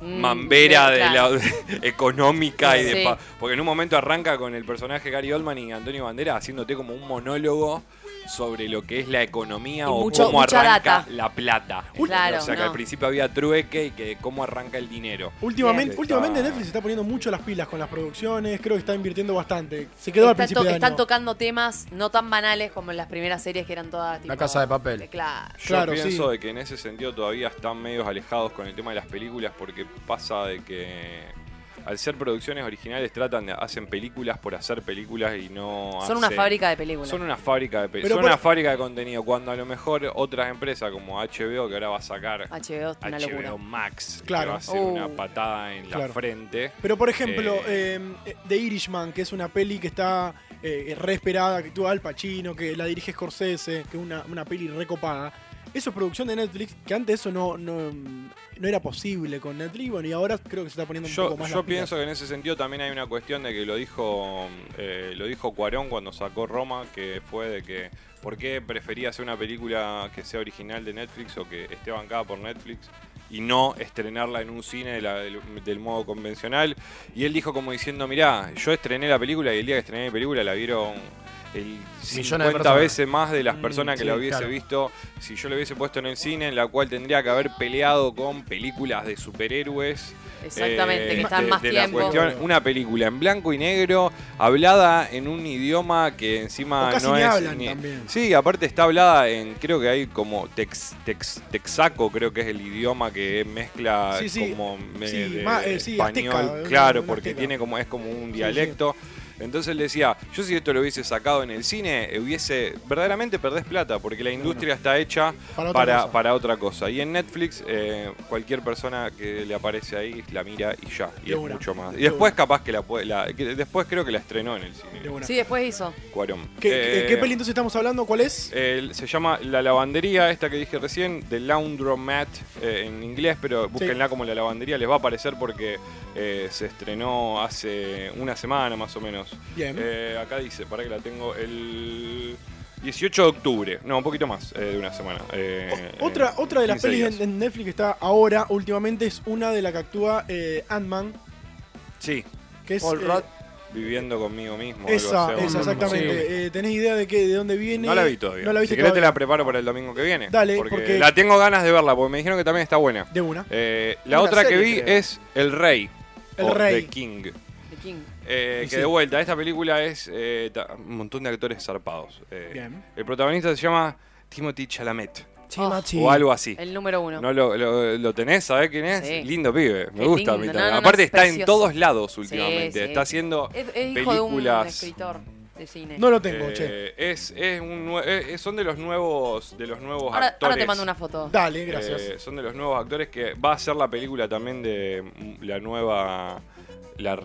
Mm, mambera de la, claro. económica y de Sí. pa- porque en un momento arranca con el personaje Gary Oldman y Antonio Bandera haciéndote como un monólogo sobre lo que es la economía Y o mucho- cómo mucha arranca data. la plata. Uy. Claro, o sea que no. al principio había trueque y que cómo arranca el dinero. Últimamente, Está- últimamente Netflix está poniendo mucho las pilas con las producciones, creo que está invirtiendo bastante. Se quedó al Está principio to- de están año. tocando temas no tan banales como en las primeras series que eran todas tipo, La Casa de Papel. Claro. Yo Claro, pienso sí. de que en ese sentido todavía están medios alejados con el tema de las películas porque pasa de que al ser producciones originales tratan de hacen películas por hacer películas y no Son una hacen- fábrica de películas. Son una fábrica de pe- Pero son por- una fábrica de contenido cuando a lo mejor otras empresas como HBO que ahora va a sacar HBO es una HBO locura. Uh. Max que Claro. va a ser Oh. una patada en la Claro. frente. Pero por ejemplo, Eh, eh, The Irishman, que es una peli que está eh, re esperada, que tú Al Pacino, que la dirige Scorsese, que es una, una peli recopada. Eso es producción de Netflix, que antes eso no, no, no era posible con Netflix, bueno, y ahora creo que se está poniendo un Yo, poco más yo las pilas. pienso que en ese sentido también hay una cuestión de que lo dijo eh, lo dijo Cuarón cuando sacó Roma, que fue de que ¿por qué prefería hacer una película que sea original de Netflix o que esté bancada por Netflix y no estrenarla en un cine de la- del, del modo convencional? Y él dijo como diciendo, mirá, yo estrené la película y el día que estrené mi película la vieron el de 50 personas. veces más de las personas Mm, que sí, la hubiese claro. visto si yo lo hubiese puesto en el cine, en la cual tendría que haber peleado con películas de superhéroes. eh, Exactamente, que de- están más de la tiempo. cuestión- una película en blanco y negro, hablada en un idioma que encima O casi no ni es. hablan también. Sí, aparte está hablada en, creo que hay como tex, tex- texaco, creo que es el idioma que mezcla Sí, sí. como me- Sí, de ma- eh, sí, español, azteca, claro, una porque azteca. tiene como es como un Sí, dialecto. Entonces él decía, yo si esto lo hubiese sacado en el cine, hubiese verdaderamente perdés plata, porque la industria está hecha Para para, otra para, cosa. otra, cosa. Y en Netflix, eh, cualquier persona que le aparece ahí la mira y ya, y De es una, mucho más. Y de después capaz que la, puede- la- que después creo que la estrenó en el cine. Sí, después hizo. Cuarón. ¿Qué, Eh, eh, ¿Qué peli entonces estamos hablando? ¿Cuál es? el- se llama La Lavandería, esta que dije recién, The Laundromat eh, en inglés, pero búsquenla como La Lavandería, les va a aparecer porque eh, se estrenó hace una semana más o menos. Bien. Eh, acá dice, para que la tengo, el 18 de octubre, no, un poquito más eh, de una semana. eh, Otra, eh, otra de las 15 pelis días. en, en Netflix que está ahora últimamente es una de la que actúa eh, Ant-Man, Sí, que es... eh, viviendo conmigo mismo. algo esa, así, esa, un- exactamente. Sí. Eh, ¿Tenés idea de qué, de dónde viene? No la vi todavía. No la viste si querés te todavía. la preparo para el domingo que viene. Dale, porque, porque- la tengo ganas de verla, porque me dijeron que también está buena. De una. Eh, la Una otra que serie, vi creo. es El Rey. El o Rey. The King. De King. Eh, Y que sí. de vuelta, esta película es eh, ta- un montón de actores zarpados. Eh, Bien. El protagonista se llama Timothy Chalamet. Timothy. O algo así. El número uno. No lo, lo- lo tenés, ¿sabés quién es? Sí. Lindo pibe, Eh, me Qué gusta. a mí también. lindo. No, no, no, Aparte es está en precioso. todos lados Sí, últimamente. sí. Está haciendo Es, es hijo de un películas escritor de cine. eh, Es, es un nue- eh, eh, son de los nuevos, de los nuevos Ahora- ahora te actores. mando una foto. Dale, gracias. Eh, son de los nuevos actores que va a ser la película también de mm, la nueva la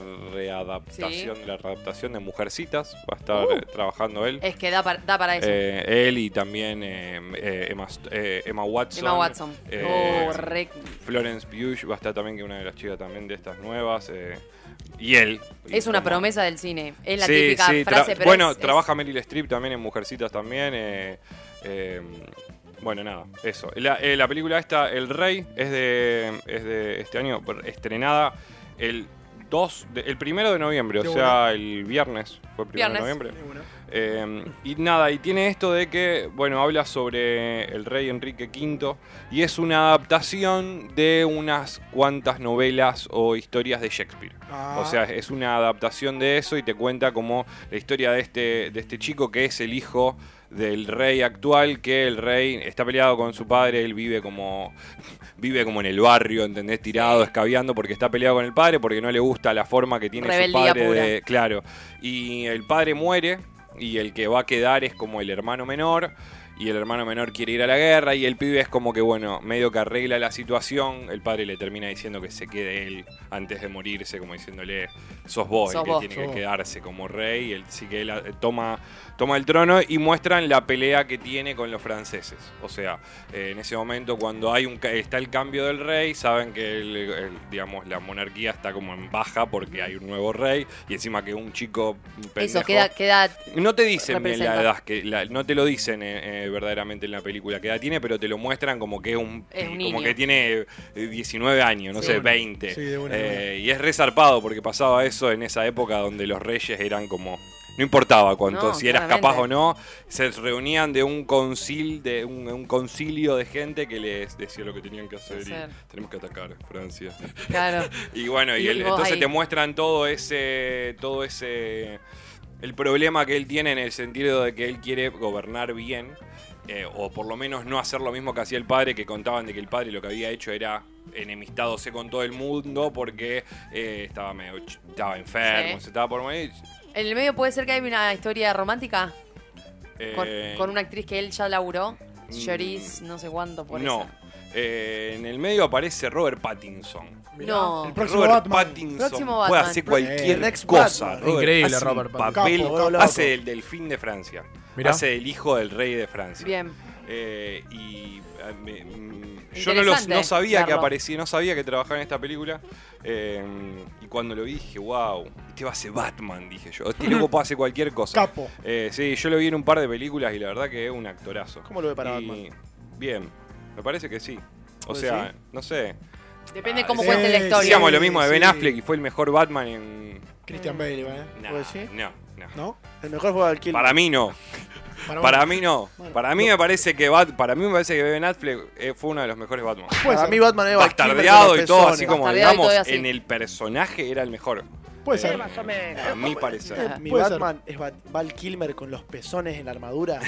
readaptación, Sí. Uh. la readaptación de Mujercitas. Va a estar eh, trabajando él. Es que da para, da para eso. Eh, él y también eh, eh, Emma, St- eh, Emma Watson. Emma Watson. Eh, Oh, re- Florence Pugh va a estar también, que una de las chicas también de estas nuevas. eh, y él. Y es una como- promesa del cine. Es la Sí, típica sí, frase, tra- pero Bueno, es- es- trabaja Meryl Streep también en Mujercitas también. eh, eh, bueno, nada, eso. La, eh, la película esta, El Rey, es de, es de este año, pero estrenada el 2, de- el primero de noviembre, De o sea, el viernes. Fue el primero Viernes. de noviembre. Eh, y nada, y tiene esto de que, bueno, habla sobre el rey Enrique V y es una adaptación de unas cuantas novelas o historias de Shakespeare. Ah. O sea, es una adaptación de eso y te cuenta como la historia de este, de este chico que es el hijo del rey actual, que el rey está peleado con su padre, él vive como vive como en el barrio, ¿entendés? Tirado, escabeando porque está peleado con el padre, porque no le gusta la forma que tiene su Rebeldía padre pura. de, claro. Y el padre muere y el que va a quedar es como el hermano menor. Y el hermano menor quiere ir a la guerra y el pibe es como que, bueno, medio que arregla la situación. El padre le termina diciendo que se quede él antes de morirse, como diciéndole, sos vos Sos el que vos. tiene Sos que vos. quedarse como rey. Él, sí que él eh, toma, toma el trono y muestran la pelea que tiene con los franceses. O sea, eh, en ese momento cuando hay un, ca- está el cambio del rey, saben que el- el- digamos, la monarquía está como en baja porque hay un nuevo rey y encima que un chico... un Eso pendejo- queda, queda no te dicen bien la Representa. edad, que la- no te lo dicen eh, eh, verdaderamente en la película que edad tiene, pero te lo muestran como que es un, Es un como niño. que tiene eh, 19 años, no Sí. sé, De una. 20. Sí, de una, de Eh, y es resarpado porque pasaba eso en esa época donde los reyes eran como no importaba cuánto, No, si eras claramente. capaz o no, se reunían de un concil, de un, un concilio de gente que les decía lo que tenían que hacer. y Hacer. tenemos que atacar Francia. Claro. y bueno, y, Y él- vos entonces ahí. te muestran todo ese, todo ese, el problema que él tiene en el sentido de que él quiere gobernar bien, eh, o por lo menos no hacer lo mismo que hacía el padre, que contaban de que el padre lo que había hecho era enemistándose con todo el mundo porque eh, estaba medio ch- estaba enfermo, Sí. se estaba por morir. En el medio puede ser que hay una historia romántica con, Eh, con una actriz que él ya laburó. Mm. Cherise, no sé cuánto por No. eso. Eh, en el medio aparece Robert Pattinson. No. El próximo Robert Batman. Pattinson Próximo puede Batman. hacer El cualquier ex cosa. Batman. Increíble, hace un Robert Pattinson. papel, Capo, loco. hace el delfín de Francia. Mirá. Hace el hijo del rey de Francia. Bien. Eh, y ah, me- mm, yo no, los- no sabía que verlo. aparecía, no sabía que trabajaba en esta película. Eh, y cuando lo vi dije, wow, este va a ser Batman, dije yo. Este loco puede hacer cualquier cosa. Capo. Eh, sí, yo lo vi en un par de películas y la verdad que es un actorazo. ¿Cómo lo ve para Y- Batman? Bien, me parece que sí. O ¿Vos sea, decís? no sé. Depende Ah, cómo sí. cuente la historia. Decíamos lo mismo de Sí, Ben sí. Affleck y fue el mejor Batman en. Christian Bale, ¿eh? Nah, No, no. ¿No? El mejor jugador del Kill. Para mí no. Para Para, vos. mí no. para mí me parece que Bat, para mí me parece que Ben Affleck eh, fue uno de los mejores Batman. Para mí Batman era Bastardeado y todo así como Bastardeado y digamos todo así. en el personaje era el mejor. Puede ser. más o menos. A mi parecer. Mi Puede ser. Batman es Bat- Val Kilmer con los pezones en la armadura.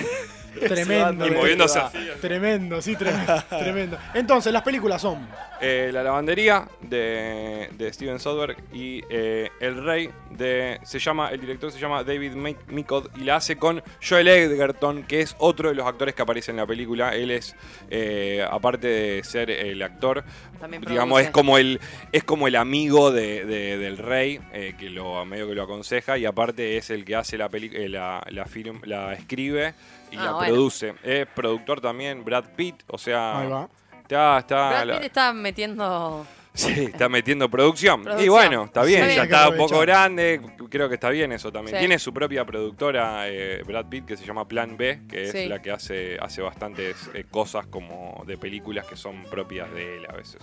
Tremendo. Y moviéndose así. Tremendo, sí, tremendo. tremendo. Entonces, las películas son. Eh, la lavandería de, de Steven Soderbergh y eh, El Rey de se llama el director se llama David Mik- Mikod y la hace con Joel Edgerton que es otro de los actores que aparece en la película él es eh, aparte de ser el actor También digamos produce. es como el es como el amigo de- de- del Rey eh, que lo medio que lo aconseja y aparte es el que hace la peli- eh, la, la film la escribe y Ah, la bueno. produce es productor también Brad Pitt o sea Ahí va. está está Brad la- Pitt está metiendo. Sí, está metiendo producción. Y Producción. bueno, está bien, Sí. ya Hay que está un aprovechar. poco grande, creo que está bien eso también. Sí. Tiene su propia productora, eh, Brad Pitt, que se llama Plan B, que es Sí. la que hace, hace bastantes eh, cosas como de películas que son propias de él a veces.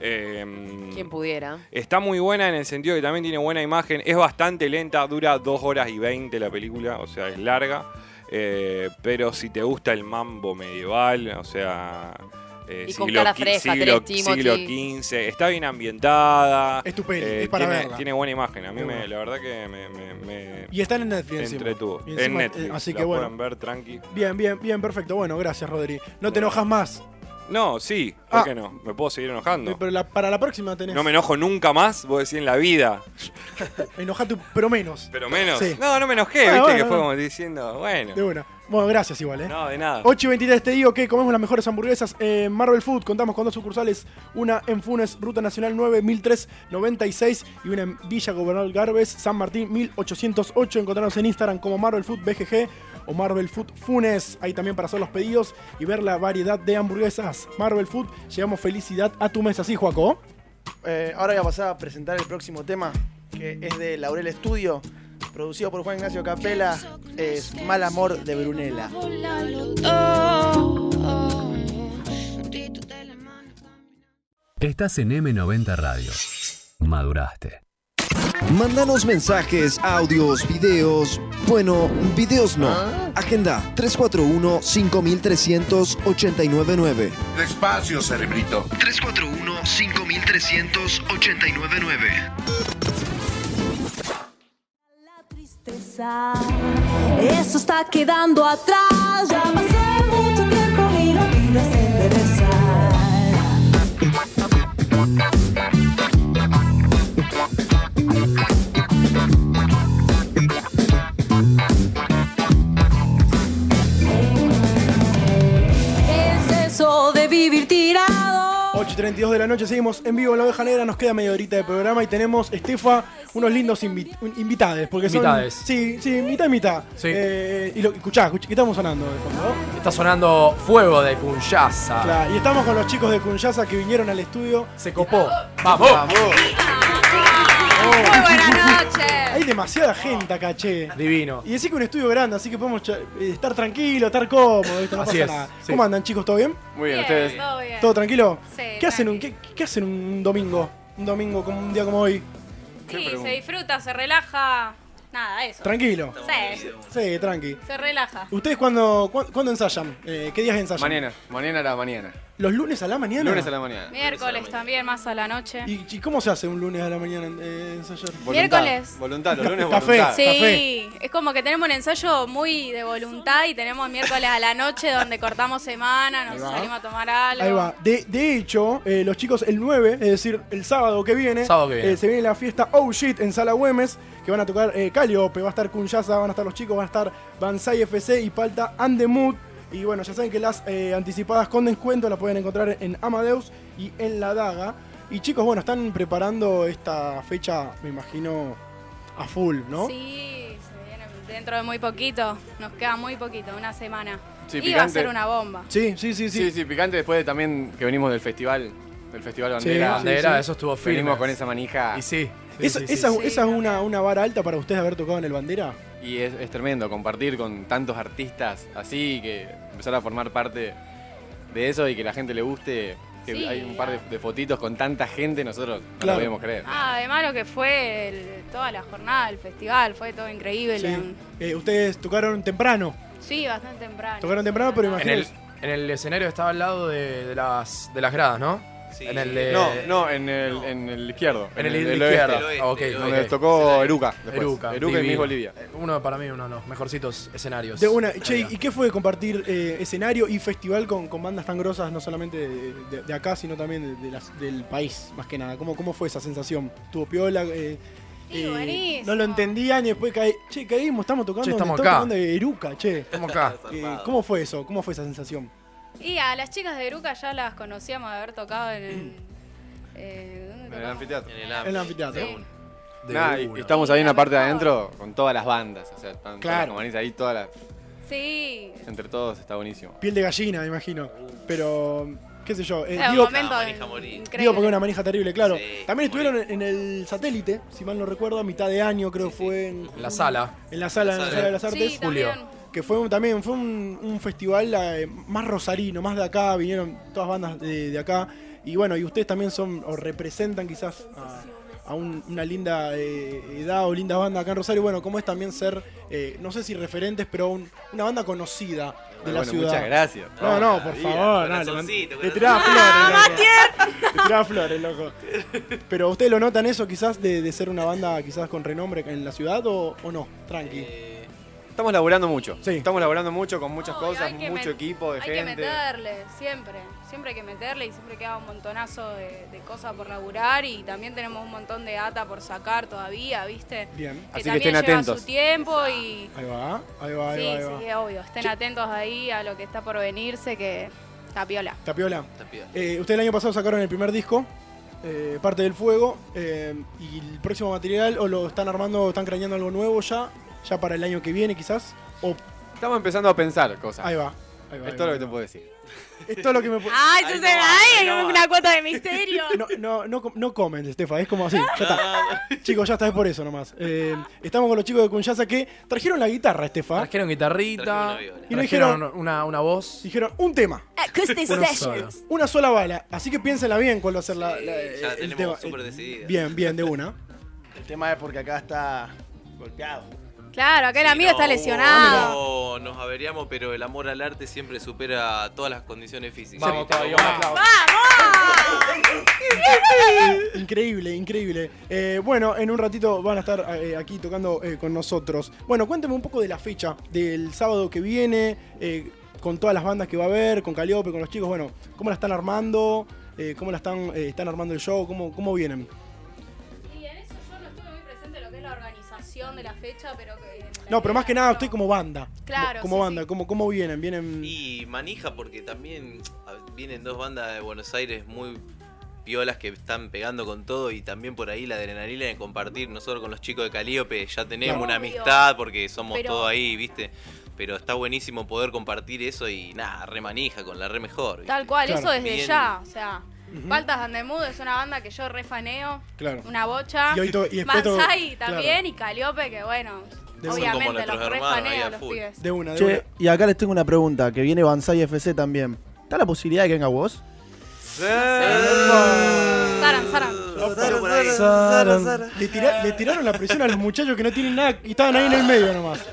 Eh, Quien pudiera. Está muy buena en el sentido que también tiene buena imagen. Es bastante lenta, dura 2 horas y 20 la película, o sea, es larga. Eh, pero si te gusta el mambo medieval, o sea. eh, Y con cara qui- fresca, siglo, tenés siglo Timothy. XV, está bien ambientada. Eh, Es tu peli, es para tiene, verla. tiene buena imagen, a mí Muy me- bueno. la verdad que me. me- me- Y está en Netflix encima. entretuvo. Y encima, en Netflix. eh, así la que bueno. pueden ver tranqui. Bien, bien, bien, perfecto. Bueno, gracias, Rodri. No te enojas más. No, sí, ¿por Ah. qué no? Me puedo seguir enojando. Pero la- para la próxima tenés. No me enojo nunca más, vos decís en la vida. Enojate, pero menos. Pero menos. Sí. No, no me enojé, Ah, viste, bueno, que fue bueno. como diciendo, bueno. De una. Bueno, gracias igual, ¿eh? No, de nada. 8 y 23 te digo que comemos las mejores hamburguesas en Marvel Food. Contamos con dos sucursales, una en Funes, Ruta Nacional 9396 y una en Villa Gobernador Garbes, San Martín 1808. Encontrarnos en Instagram como Marvel Food BGG o Marvel Food Funes. Ahí también para hacer los pedidos y ver la variedad de hamburguesas. Marvel Food, llevamos felicidad a tu mesa, ¿sí, Joaco? Eh, ahora voy a pasar a presentar el próximo tema, que es de Laurel Studio, producido por Juan Ignacio Capela. Es Mal Amor de Brunella. Estás en M90 Radio. Maduraste. Mándanos mensajes, audios, videos. Bueno, videos no. Agenda 341 53899. Despacio, cerebrito. 341 53899. tristeza. Eso está quedando atrás. Ya pasé mucho tiempo y la vida es enderezar. Es eso de vivir tirado. 8.32 de la noche, seguimos en vivo en La Oveja Negra, nos queda media horita de programa y tenemos, Estefa, unos lindos invi- invitades. Porque son- Invitades. sí, sí, mitad y mitad. Eh, y lo, escuchá, escuchá, ¿qué estamos sonando de fondo? Está sonando Fuego de Kunyaza. Claro, y estamos con los chicos de Cunyasa que vinieron al estudio. Ah. Se copó. ¡Vamos! Muy buenas noches. Hay demasiada gente acá, che. Divino. Y decís que un estudio grande, así que podemos cha- eh, estar tranquilos, estar cómodos, ¿viste? no Así pasa es, nada. sí. ¿Cómo andan, chicos? ¿Todo bien? Muy bien, Bien, ustedes. Todo bien. ¿Todo tranquilo? Sí, ¿Qué hacen un, qué, qué hacen un domingo? Un domingo como un día como hoy. Sí, se disfruta, se relaja. Nada, eso. Tranquilo. Sí, Sí, tranqui. se relaja. ¿Ustedes cuándo, cuán- cuándo ensayan? Eh, ¿Qué días ensayan? Mañana, mañana a la mañana. ¿Los lunes a la mañana? Lunes a la mañana. Miércoles también, más a la noche. ¿Y, y cómo se hace un lunes a la mañana eh, ensayar? Voluntad. Miércoles. Voluntad, los lunes Café. voluntad. Sí, es como que tenemos un ensayo muy de voluntad y tenemos miércoles a la noche donde cortamos semana, Ahí nos va. salimos a tomar algo. Ahí va. De, de hecho, eh, los chicos el 9, es decir, el sábado que viene, Sábado que viene. eh, se viene la fiesta Oh Shit en Sala Güemes, que van a tocar eh, Calliope, va a estar Kunyaza, van a estar los chicos, van a estar Banzai FC y Palta and the Mood. Y bueno, ya saben que las eh, anticipadas con descuento las pueden encontrar en Amadeus y en La Daga. Y chicos, bueno, están preparando esta fecha, me imagino, a full, ¿no? Sí, se viene dentro de muy poquito, nos queda muy poquito, una semana. Sí, Iba a ser una bomba. Sí, sí, sí, sí. Sí, picante después de también que venimos del festival, del festival Sí, bandera. Bandera, eso estuvo firme. Venimos con esa manija. Y sí. ¿Esa, esa- esa es una, una vara alta para ustedes haber tocado en el bandera? Y es, es tremendo compartir con tantos artistas así, que empezar a formar parte de eso y que la gente le guste. Que Sí. hay un par de, de fotitos con tanta gente, nosotros no lo Claro. podíamos creer. Ah, además lo que fue el- toda la jornada del festival, fue todo increíble. Sí. Eh, ustedes tocaron temprano. Sí, bastante temprano. Tocaron temprano, pero En el, imagínense. en el escenario estaba al lado de, de las, de las gradas, ¿no? Sí. En el de- No, no, en el, en el izquierdo. En el del izquierdo. oeste, Ah, ok, Donde ok. tocó Eruca. después. Eruca. Eruca y divino. Miss Bolivia. Eh, Uno para mí, uno de los mejorcitos escenarios. De una, En che, realidad. ¿y qué fue compartir eh, escenario y festival con, con bandas tan grosas, no solamente de, de- de acá, sino también de, de las- del país, más que nada? ¿Cómo, cómo fue esa sensación? ¿Tuvo piola? Eh, eh, buenísimo. no lo entendían y después caí. Che, caímos, estamos tocando, Che, donde estamos está acá. tocando Eruca, che. Estamos acá. Eh, ¿Cómo fue eso? ¿Cómo fue esa sensación? Y a las chicas de Eruca ya las conocíamos de haber tocado en el... eh, ¿dónde En el anfiteatro. En En el anfiteatro. De Nah, y- una. y estamos ahí en la parte de adentro con todas las bandas. O sea, están todas las Claro. compañías ahí, todas las- Eh, Sí, entre todos está buenísimo. Piel de gallina, me imagino. Pero, qué sé yo. eh, Era un digo, momento Ah, manija increíble. digo porque era una manija terrible, claro. También estuvieron en el satélite, si mal no recuerdo, a mitad de año creo fue. En, La sala. En la sala, en la sala de las artes. Sí, Julio. también. Que fue un- también fue un, un festival eh, más rosarino, más de acá, vinieron todas bandas de, de acá. Y bueno, y ustedes también son, o representan quizás a, a un- una linda eh, edad o linda banda acá en Rosario. Bueno, como es también ser, eh, no sé si referentes, pero un- una banda conocida de la Ah, bueno, ciudad. muchas gracias. No, no, por Maravilla, favor. no, corazoncito, le- le tiraba Ah, flores, loco. Le tiraba flores, loco. Pero ustedes lo notan eso quizás de, de ser una banda quizás con renombre en la ciudad o, o no, tranqui. Eh, Estamos laburando mucho. Estamos laburando mucho con muchas cosas, hay que mucho met- equipo de hay que gente. meterle, siempre. Siempre hay que meterle y siempre queda un montonazo de, de cosas por laburar y también tenemos un montón de data por sacar todavía, ¿viste? Bien. Que Así que también estén lleva atentos. su tiempo y... Ahí va, ahí va, ahí sí, va. Ahí sí, va. que obvio. Estén atentos ahí a lo que está por venirse, que tapiola. Tapiola. Eh, ustedes el año pasado sacaron el primer disco, eh, Parte del Fuego, eh, y el próximo material, o lo están armando, o están craneando algo nuevo ya, ya para el año que viene quizás, o Estamos empezando a pensar cosas. ahí va. Ahí va Es ahí todo lo va. que te puedo decir. Es todo lo que me puede... ¡Ay, eso eh, se- ay, una cuota de misterio! No, no, no, com- no comen, Estefa, es como así. Ya está. chicos, ya está, es por eso nomás. Eh, estamos con los chicos de Cunyasa que trajeron la guitarra, Estefa. Trajeron guitarrita. Y nos Trajeron dijeron, una, una voz. dijeron un tema. Este Acoustic Uno sessions. solo. Una sola bala. Así que piénsenla bien cuál va a ser la. la- ya la el tenemos tema. Eh, súper decidida. Bien, bien, de una. El tema es porque acá está golpeado. Claro, aquel amigo está lesionado. No, nos averíamos, pero el amor al arte siempre supera todas las condiciones físicas. Vamos, ¿Viste? todavía, Vamos. un aplauso. Increíble, increíble. Eh, bueno, en un ratito van a estar eh, aquí tocando eh, con nosotros. Bueno, cuénteme un poco de la fecha del sábado que viene, eh, con todas las bandas que va a haber, con Caliope, con los chicos. Bueno, ¿cómo la están armando? Eh, ¿Cómo la están, eh, están armando el show? ¿Cómo, cómo vienen? Y en eso yo no estuve muy presente en lo que es la organización de la fecha, pero que... No, pero más que nada, estoy como banda. Claro, Como sí, banda, ¿Cómo, ¿cómo vienen? Vienen. Y manija porque también a ver, vienen dos bandas de Buenos Aires muy piolas que están pegando con todo y también por ahí la adrenalina de compartir. Nosotros con los chicos de Calíope ya tenemos Claro. una Obvio. amistad porque somos Pero- todos ahí, ¿viste? Pero está buenísimo poder compartir eso y nada, re manija con la re mejor. ¿viste? Tal cual, eso desde Bien. ya. O sea, Ujú. Baltas and the Mood es una banda que yo refaneo. Claro. Una bocha. Y hoy to- y después to- Mansai también claro. y Caliope, que bueno. De Son como obviamente nuestros los hermanos ahí refaneo a los full. pibes. De una, de una. Che, y acá les tengo una pregunta, que viene Banzai FC también. ¿Está la posibilidad de que venga vos? Saran, Eh. Saran. Saran, saran. Le, tira- le tiraron la presión a los muchachos que no tienen nada y estaban ahí en el medio nomás.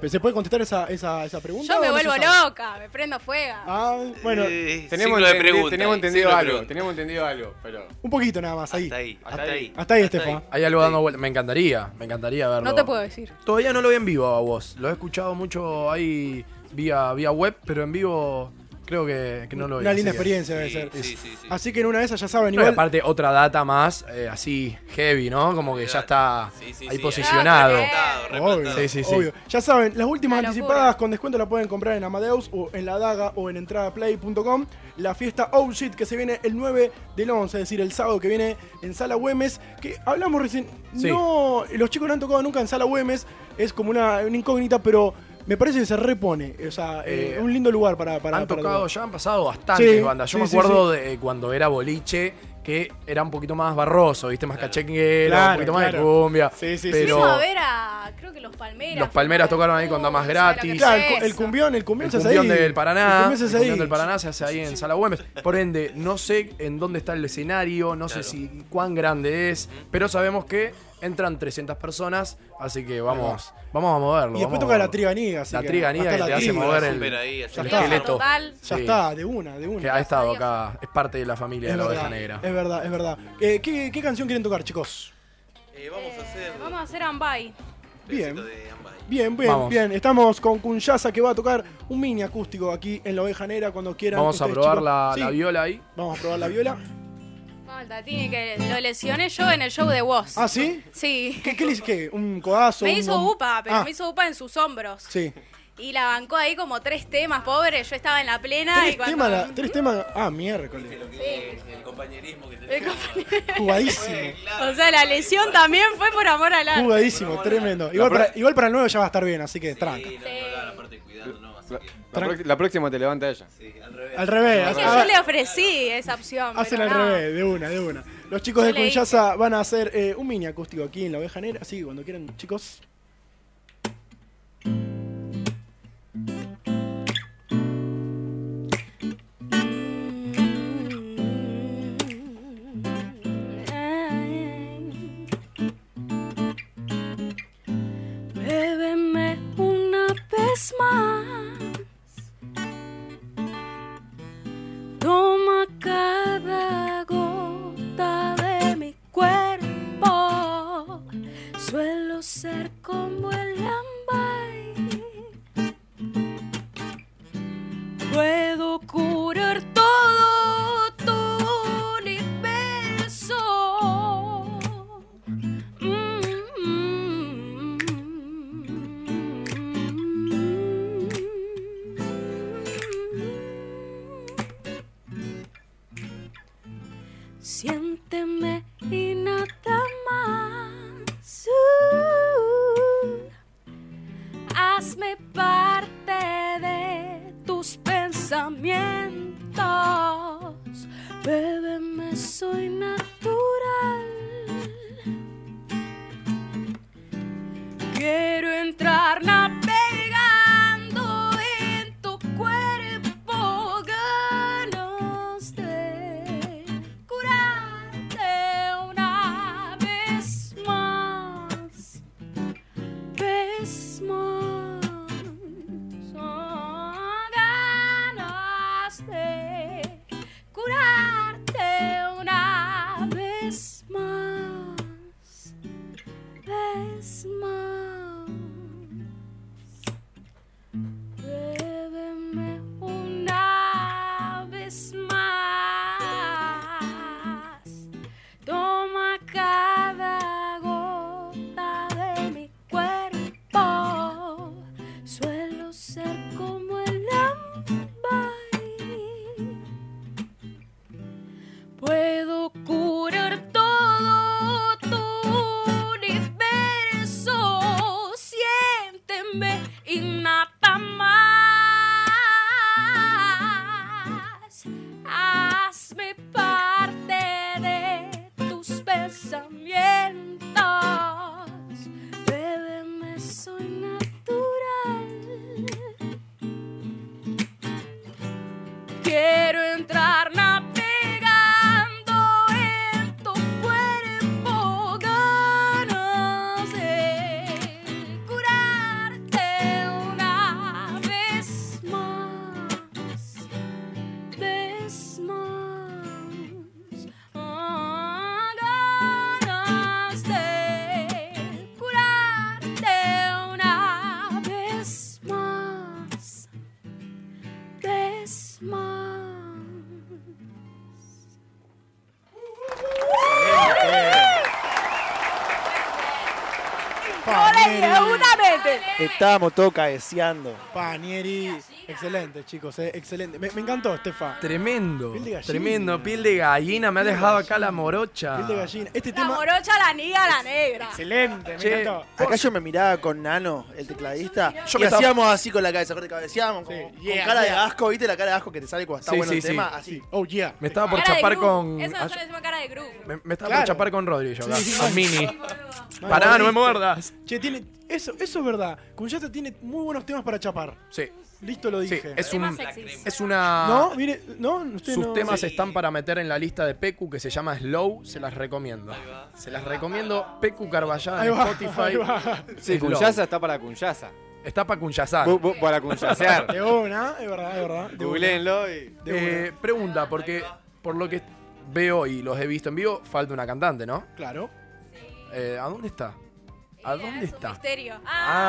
¿Pero ¿Se puede contestar esa, esa, esa pregunta? Yo o me no se vuelvo sabe? loca, me prendo fuego. Ah, bueno, eh, Eh, Tenemos, signo de entendi- pregunta tenemos ahí, entendido signo de algo, pregunta. tenemos entendido algo, pero un poquito nada más ahí. Hasta ahí, hasta, ahí. Hasta ahí, Estefa. Hay algo dando vuelta. Me encantaría, me encantaría verlo. No te puedo decir. Todavía no lo vi en vivo a vos. Lo he escuchado mucho ahí vía, vía web, pero en vivo creo que, que no lo vi. Una linda así que- experiencia debe ser. Así que en una de esas ya saben, No, y igual. aparte, otra data más, eh, así heavy, ¿no? Como que ya está ahí sí. posicionado. Obvio, sí, sí, sí. obvio. Ya saben, las últimas Una locura. anticipadas con descuento la pueden comprar en Amadeus o en la Daga o en entradaplay.com. La fiesta Oh Shit que se viene el 9 del 11, es decir, el sábado que viene en Sala Güemes, que hablamos recién, Sí. no, los chicos no han tocado nunca en Sala Güemes, es como una, una incógnita, pero Me parece que se repone. O sea, eh, Eh, un lindo lugar para. para han para tocado, tocar. ya han pasado bastantes Sí, bandas. Yo sí, me sí, acuerdo sí. de cuando era boliche, que era un poquito más barroso, viste, más cachenguero, Claro, un poquito más de claro. cumbia. sí, pero Fuimos a ver a, creo que los Palmeras. los palmeras tocaron ahí con damas gratis. Claro, el, cu- el cumbión, el cumbión El se hace cumbión ahí. del El Paraná. cumbión se hace el cumbión ahí. del Paraná se hace ahí en Sala Güemes. Por ende, no sé en dónde está el escenario, no sé si cuán grande es, pero sabemos que entran 300 personas, así que vamos, vamos a moverlo. Y después vamos a toca la moverlo. triganía. así La que triganía hasta que la te hace triga. mover el, ahí, el Ya está. esqueleto. Ya Sí. está, de una, de una. Que ha estado acá, es parte de la familia de la oveja negra. Es verdad, es verdad. Eh, ¿qué, qué canción quieren tocar, chicos? Eh, vamos Eh, a hacer. Vamos a hacer Ambay. Bien. Bien, bien, Vamos. bien. Estamos con Kunyasa que va a tocar un mini acústico aquí en la oveja negra cuando quieran. Vamos a ustedes, probar chicos. la, Sí, la viola ahí. Vamos a probar la viola. Falta, tiene que lo lesioné yo en el show de Woz. ¿Ah, sí? Sí. ¿Qué, qué le hizo? ¿Qué? ¿Un codazo? Me un hizo bom- upa, pero Ah, me hizo upa en sus hombros. Sí. Y la bancó ahí como tres temas, pobre. Yo estaba en la plena y Tres cuando. temas, la- tres temas. Ah, miércoles. El compañerismo que tenemos. El compañero- Jugadísimo. o sea, la lesión también fue por amor a la. Jugadísimo, tremendo. Igual para, igual para el 9 ya va a estar bien, así que tranca. La, la prox- la próxima te levanta ella. Al revés. Es que ah, yo le ofrecí esa opción. Hacen al pero no. revés, de una, de una. Los chicos Yo de le dije. Cunyasa van a hacer eh, un mini acústico aquí en la oveja negra. Así que cuando quieran, chicos. Bébeme una vez más. Toma cada gota de mi cuerpo. Suelo ser como el ámbar. Puedo curar todo tu universo. Siénteme y nada más. Uh, hazme parte de tus pensamientos. Bébeme, soy natural. Quiero entrar navegando en tu cuerpo, ganas de curarte una vez más, vez más, Ah, ganas de curarte una vez más, vez más. Bébeme una vez más. Toma cada gota de mi cuerpo. Suelo ser como el ámbar. Puedo curar todo tu universo. Siénteme y nada más. Hazme parte de tus pensamientos. Bébeme, soy natural. Quiero entrar navegando en tu cuerpo, ganas de curarte una vez más, vez más, Ah, ganas de curarte una vez más. This month. Panieri. Seguramente. Estábamos todos cabeceando. Panieri. Excelente, chicos, eh, excelente. Me, me encantó, Estefa. Tremendo. Piel de gallina. Tremendo. Piel de gallina. Me ha Piel de dejado acá la morocha. Piel de gallina. Este La morocha, la niga, la negra. Excelente, Che, acá yo me miraba con Nano, el tecladista. Yo y me estaba- hacíamos así con la cabeza, corte, cabeceábamos como- con yeah, cara de yeah. asco, ¿viste? La cara de asco que te sale cuando está Sí, bueno sí, el sí. tema, así. Oh, yeah. Me estaba por Cara de chapar Gru. con. Eso ay- yo le llamo cara de Gru. me, me estaba Claro. por chapar con Rodrigo acá. Sí, sí, con sí. Mini. No Pará, no me mordiste. muerdas. Che, tiene. Eso, eso es verdad. Cunchata tiene muy buenos temas para chapar. Sí. Listo lo Sí, dije. es un. Es una. No, mire, no, usted Sus no- temas Sí. están para meter en la lista de Pecu que se llama Slow, se las recomiendo. Se las recomiendo Pecu Carballada Ahí en va, ahí Spotify. va. Sí, Slow. Cunyaza está para Cunyaza. Está para Cunyaza. Bu- bu- para cunyacear. De una, es verdad, es verdad. De Googleenlo y. De una. Eh, pregunta, porque por lo que veo y los he visto en vivo, falta una cantante, ¿no? una. Claro. Eh, ¿A dónde está? ¿A dónde está? Misterio.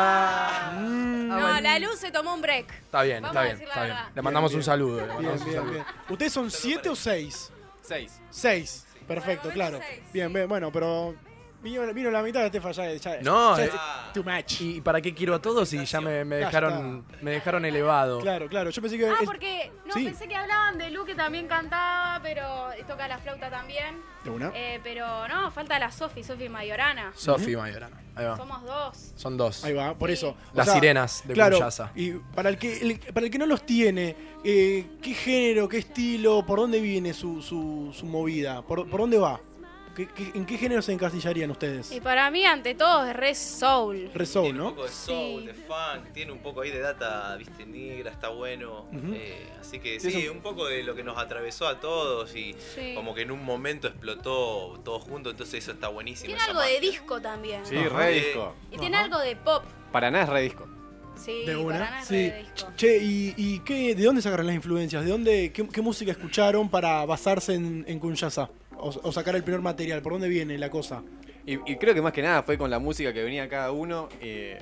Ah, No, la luz se tomó un break. Está bien, Vamos está a bien, decir la está bien. verdad. Le mandamos Bien, un saludo. le Bien, mandamos un bien, saludo. bien. ¿Ustedes son siete o seis? Seis. Seis. Perfecto, claro. Bien, bien, bueno, pero. Vino, vino la mitad de Estefa ya. ya- No, ya eh, es too much. ¿Y para qué quiero a todos si ya me, me Ya dejaron me dejaron elevado? Claro, claro. Yo pensé que. Ah, es- porque no sí. pensé que hablaban de Lu que también cantaba, pero toca la flauta también. ¿De una? Eh, pero no, falta la Sofi, Sofi Mayorana. Sofi ¿Mm? Mayorana. Ahí va. Somos dos. Son dos. Ahí va, Ah, por eso. Eh, Las O sea, sirenas de claro, Cunyaza. Y para el que el- para el que no los tiene, eh, ¿qué género, qué estilo, por dónde viene su, su, su movida? ¿Por, por dónde va? ¿Qué- qué- en qué género se encasillarían ustedes? Y para mí, ante todo, es re soul. Re soul, ¿no? Un poco de soul, de funk, tiene un poco ahí de data, viste, negra, está bueno. Ujú. Eh, así que Sí, sí, eso- un poco de lo que nos atravesó a todos y Sí. como que en un momento explotó todo junto, entonces eso está buenísimo. Tiene esa Eh, algo de magia. disco también. Sí, re disco. Y tiene algo de pop. Para nada es re disco. Sí, de para una, nada es sí. re disco. Che, ¿y, y qué, de dónde sacaron las influencias? ¿De dónde, qué, qué música escucharon para basarse en, en Kunyaza? O, o sacar el primer material, ¿por dónde viene la cosa? Y, y creo que más que nada fue con la música que venía cada uno. eh,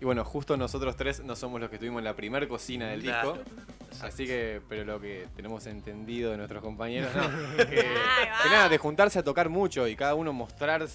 y bueno, justo nosotros tres no somos los que tuvimos la primer cocina del Claro. disco. Así que, pero lo que tenemos entendido de nuestros compañeros, no, que, que nada, de juntarse a tocar mucho y cada uno mostrar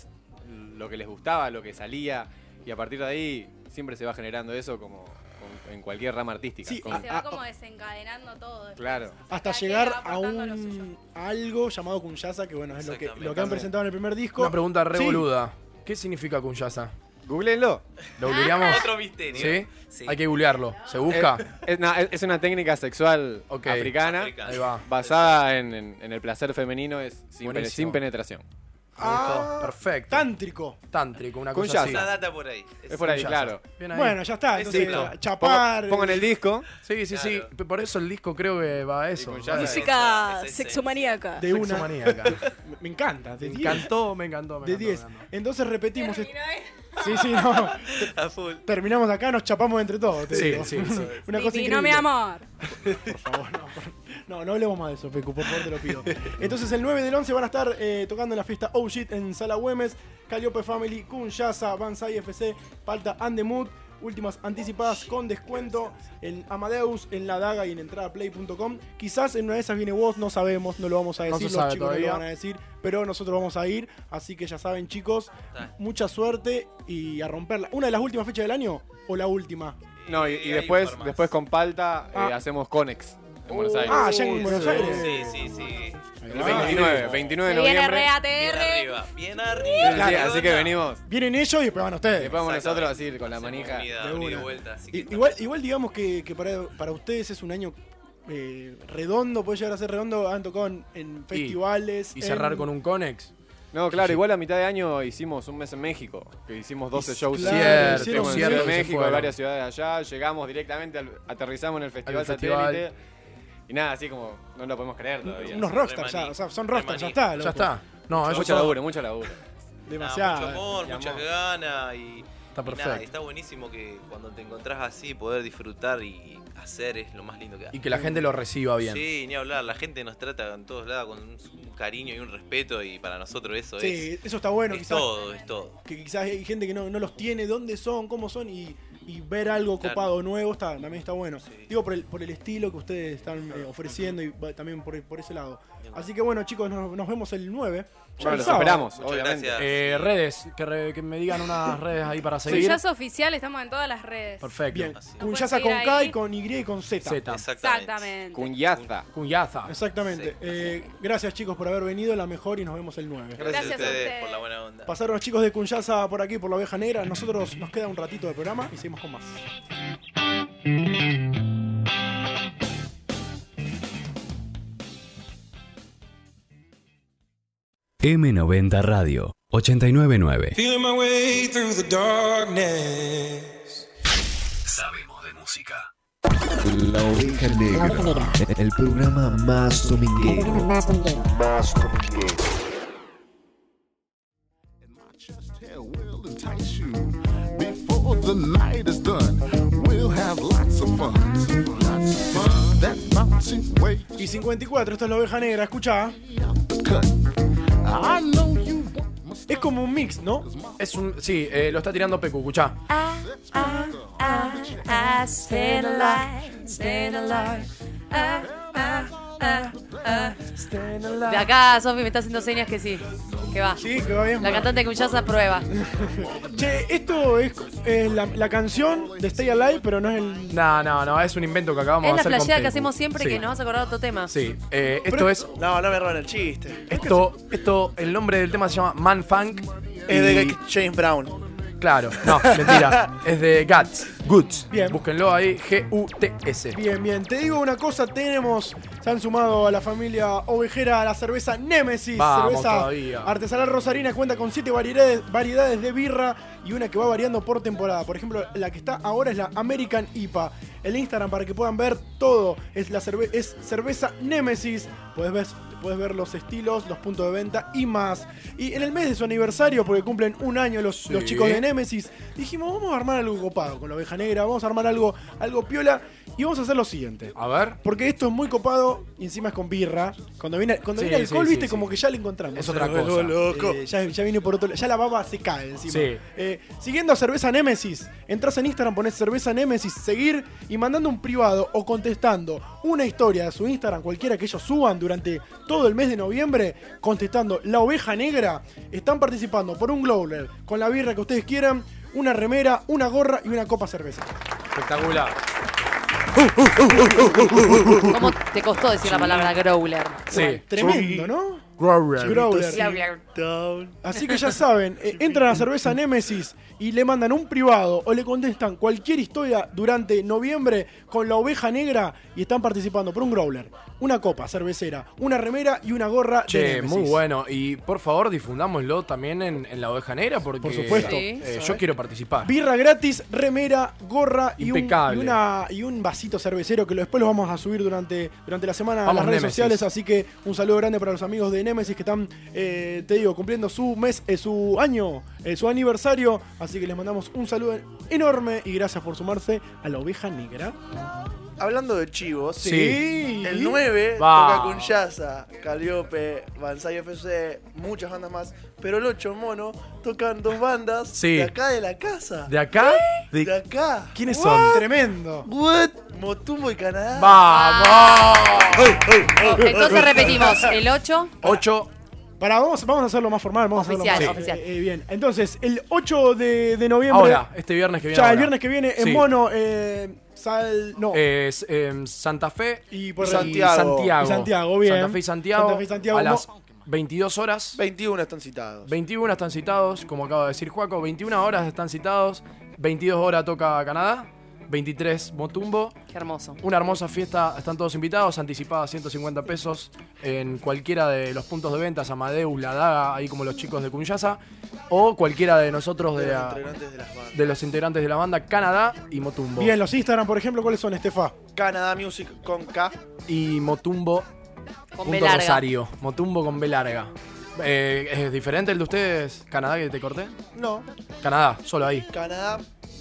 lo que les gustaba, lo que salía. Y a partir de ahí siempre se va generando eso como, como en cualquier rama artística. Ah, Como- Se va como desencadenando todo. después. Claro. Hasta llegar a un a algo llamado Kunyaza, que bueno, es lo que, lo que han presentado en el primer disco. Una pregunta re Sí. boluda. ¿Qué significa Cunyaza? Googleenlo. ¿Lo googleamos? Otro misterio. ¿Sí? Sí. Hay que googlearlo. ¿Se busca? Eh, Es, es- no, es- es una técnica sexual africana, Africana. Ahí va. basada en, en- en el placer femenino, es sin, pene- Buenísimo. sin penetración. Eh, Ah, Perfecto. Tántrico. Tántrico, una Con cosa así. yaza. Esa data por ahí. Es por ahí, Con claro. yaza. Bien ahí. Bueno, ya está. Es Entonces, disco. chapar. Pongo- pongo en el disco. Sí, sí, sí. P- Por eso el disco creo que va a eso. Música sexomaníaca. De una. Sexomaníaca. Me- Me encanta. de Me 10. encantó, me encantó, me De encantó. 10. Entonces repetimos. est- Sí, sí, no. A full. Terminamos acá, nos chapamos entre todos. Te Sí, digo. sí, sí. Una cosa Divino, mi increíble. amor. No, no hablemos más de eso, Pecu, por favor te lo pido. Entonces el 9 del 11 van a estar eh, tocando en la fiesta Oh Shit en Sala Güemes, Calliope Family, Kun Yaza, Banzai FC, Palta and the Mood, últimas anticipadas con descuento en Amadeus, en La Daga y en entradaplay.com. Quizás en una de esas viene vos, no sabemos, no lo vamos a No se decir, los sabe chicos no todavía. lo van a decir, pero nosotros vamos a ir, así que ya saben chicos, mucha suerte y a romperla. ¿Una de las últimas fechas del año o la última? No, y, y después, después con palta eh, hacemos Conex en Buenos Aires. Ah, ya en Buenos Aires. Sí, sí, sí. El Ah, 29, 29 de Se viene noviembre. re ATR. Arriba, bien Sí, arriba. así que venimos. Vienen ellos y después van ustedes. Después vamos nosotros así con la manija. Unidad, De unidad de una. vuelta. Así que I- Igual, igual digamos que, que para, para ustedes es un año eh, redondo, puede llegar a ser redondo. Han tocado en, en festivales. Y cerrar en- con un Conex. No, claro, igual a mitad de año hicimos un mes en México, que hicimos 12 shows claro, Cierto, hicieron en cierto, Ciudad que de se México, en fueron. varias ciudades allá, llegamos directamente, al- aterrizamos en el Festival Al festival. Satélite. Y nada, así como no lo podemos creer todavía. Unos rockstars ya, o sea, son rockstars, ya está. loco. Ya está. No, eso mucho fue- laburo, mucho laburo. Demasiado. mucho amor, Y muchas amor. ganas y. y nada, perfecto. está buenísimo que cuando te encontrás así, poder disfrutar y hacer es lo más lindo que hay. Y que la gente lo reciba bien. Sí, ni hablar. La gente nos trata en todos lados con un, un cariño y un respeto y para nosotros eso Sí, es. eso está bueno, Es quizás. todo, es todo. Que quizás hay gente que no, no los tiene, dónde son, cómo son y, y ver algo Claro. copado nuevo está, también está bueno. Digo, por el, por el estilo que ustedes están eh, ofreciendo y va- también por, por ese lado. Así que bueno, chicos, nos, nos vemos el 9. Ya Bueno, el los sábado. esperamos, obviamente. Eh, redes, que, re- que me digan unas redes ahí para seguir. Cunyaza oficial, estamos en todas las redes. Perfecto. Bien, Nos Cunyaza pueden con seguir K ahí. y con Y y con Z. Zeta. Exactamente. Cunyaza. Cunyaza. Exactamente. Eh, gracias chicos por haber venido, la mejor y nos vemos el 9. Gracias, a ustedes por la buena onda. Pasaron los chicos de Cunyaza por aquí, por la oveja negra. Nosotros nos queda un ratito de programa y seguimos con más. M90 Radio 899. Feeling my way through the darkness. Sabemos de música. La Oveja Negra. El programa más dominguero. Más dominguero. will entice you before the night is done. We'll have lots of fun. Lots of fun. That bouncing way Y 54, esto es la oveja negra, escucha. Ah, Es como un mix, ¿no? Es un. Sí, eh, lo está tirando Pecu, escuchá. I stand alive, stand alive. I, I, I, I stand alive. De acá, Sofi me está haciendo señas que sí. Que va. Sí, que va bien. La cantante de Cunyaza prueba. Che, esto es, eh, la, la canción de Stay Alive, pero no es el. No, no, no, es un invento que acabamos de Es la hacer. con flasheada que Pecu. hacemos siempre Sí. que nos vas a acordar otro tema. Sí, eh, esto es. No, no me roban el chiste. Esto, esto, el nombre del tema se llama Man Funk. Es de James Brown. Claro, no, mentira. es de Guts. Guts. Bien. Búsquenlo ahí, G-U-T-S. Bien, bien. Te digo una cosa, tenemos. Se han sumado a la familia ovejera a la cerveza Nemesis. Vamos cerveza todavía. artesanal rosarina cuenta con siete variedades, variedades de birra y una que va variando por temporada. Por ejemplo, la que está ahora es la American IPA. El Instagram para que puedan ver todo es la cerve- es cerveza Nemesis. Podés ver, podés ver los estilos, los puntos de venta y más. Y en el mes de su aniversario, porque cumplen un año los, los Sí. chicos de Nemesis, dijimos, vamos a armar algo copado con la oveja negra, vamos a armar algo, algo piola y vamos a hacer lo siguiente. A ver. Porque esto es muy copado y encima es con birra. Cuando viene, cuando Sí, viene alcohol, sí, viste, sí, como que ya lo encontramos. Es otra Se volvió cosa. loco. Eh, ya, ya viene por otro lado. Ya la baba se cae encima. Sí. Eh, siguiendo a Cerveza Nemesis, entras en Instagram, pones Cerveza Nemesis, seguir y mandando un privado o contestando una historia de su Instagram, cualquiera que ellos suban durante todo el mes de noviembre, contestando La Oveja Negra, están participando por un Glowler con la birra que ustedes quieran, una remera, una gorra y una copa cerveza. Espectacular. ¿Cómo te costó decir la palabra growler? Sí. Tremendo, ¿no? Growler. Growler. Growler. Así que ya saben, eh, entran a cerveza Nemesis y le mandan un privado o le contestan cualquier historia durante noviembre con la oveja negra y están participando por un growler, una copa cervecera, una remera y una gorra de Che, Nemesis. muy bueno. Y por favor, difundámoslo también en, en la oveja negra porque Por supuesto. eh, Sí. yo quiero participar. Birra gratis, remera, gorra y un, y, Ah. Impecable. una- y un vasito cervecero que lo- después lo vamos a subir durante, durante la semana a Vamos, las redes Nemesis. sociales. Así que un saludo grande para los amigos de Nemesis que están, eh, te digo, cumpliendo su mes, eh, su año, eh, su aniversario. Así que les mandamos un saludo enorme y gracias por sumarse a la oveja negra. Hablando de chivos, Sí. el 9 Va. toca Cunyaza, Caliope, Banzai FC, muchas bandas más, pero el 8 mono tocan dos bandas Sí. de acá de la casa. ¿De acá? De, De- acá. ¿Quiénes son? Tremendo. What? Motumbo y Canadá. ¡Vamos! Entonces repetimos, el 8. 8. Para, vamos, vamos a hacerlo más formal, vamos a hacerlo Oficial, más oficial. eh, eh, bien, entonces el 8 de, de noviembre. Ahora, este viernes que viene. ya, el ahora. viernes que viene, en Sí. mono, eh, sal. No. Eh, s- em, Santa Fe y por y Santiago. Santiago. Y Santiago, bien. Santa Fe y Santiago. Santa Fe y Santiago, A no. las 22 horas. 21 están citados. 21 están citados, como acaba de decir Juaco. 21 horas están citados. 22 horas toca Canadá. 23 Motumbo. Qué hermoso. Una hermosa fiesta, están todos invitados, anticipada 150 pesos en cualquiera de los puntos de ventas, Amadeus, La Daga, ahí como los chicos de Cunyaza, o cualquiera de nosotros de, De los la- integrantes de las bandas. de los integrantes de la banda Canadá y Motumbo. Bien, los Instagram, por ejemplo, ¿cuáles son, Estefa? Canadá Music con K. Y Motumbo Con punto B larga. Rosario. Motumbo con B larga. Eh, ¿Es diferente el de ustedes, Canadá, que te corté? No, Canadá, solo ahí. Canadá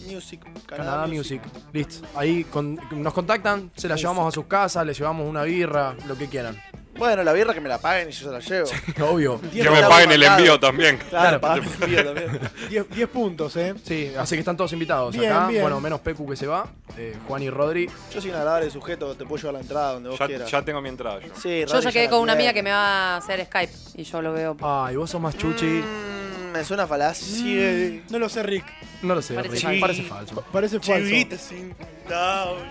Music. Canadá, Music. Listo. Ahí con- nos contactan, se la llevamos a sus casas, les llevamos una birra, lo que quieran. Bueno, la birra que me la paguen y yo se la llevo. Obvio. Que me paguen el envío también. Claro, pagame el envío también. 10 puntos, ¿eh? Sí, así que están todos invitados Bien, acá. bien. Bueno, menos Pecu que se va, eh, Juan y Rodri. Yo soy un agradable sujeto, te puedo llevar la entrada donde vos Ya- quieras. ya tengo mi entrada yo. Sí, Yo ya quedé con una amiga que me va a hacer Skype y yo lo veo. Ay, vos sos más chuchi. Mm, Me suena falacia. Mm, No lo sé, Rick. No lo sé, Parece Rick, falso. parece falso. Parece falso. Chivita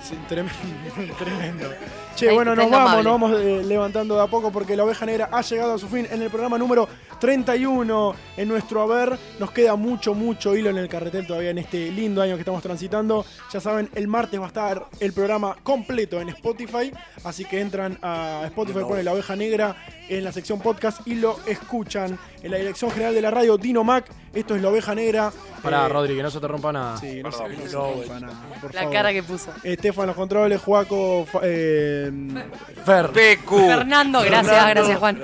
Sí, tremendo. tremendo. Che, Ahí bueno, está nos el amable. vamos, nos vamos eh, levantando de a poco porque la oveja negra ha llegado a su fin en el programa número 31 en nuestro haber. Nos queda mucho, mucho hilo en el carretel todavía en este lindo año que estamos transitando. Ya saben, el martes va a estar el programa completo en Spotify. Así que entran a Spotify, No. ponen la oveja negra en la sección podcast y lo escuchan. En la dirección general de la radio, Dino Mac. Esto es la oveja negra. Pará, Eh, Rodri, que no se te rompa nada. Sí, no se- Perdón. no se te rompa nada, por La favor. cara que puso. Estefan los controles, Juaco, fa- eh, Fer. Pecu. Fernando, gracias, gracias, Juan.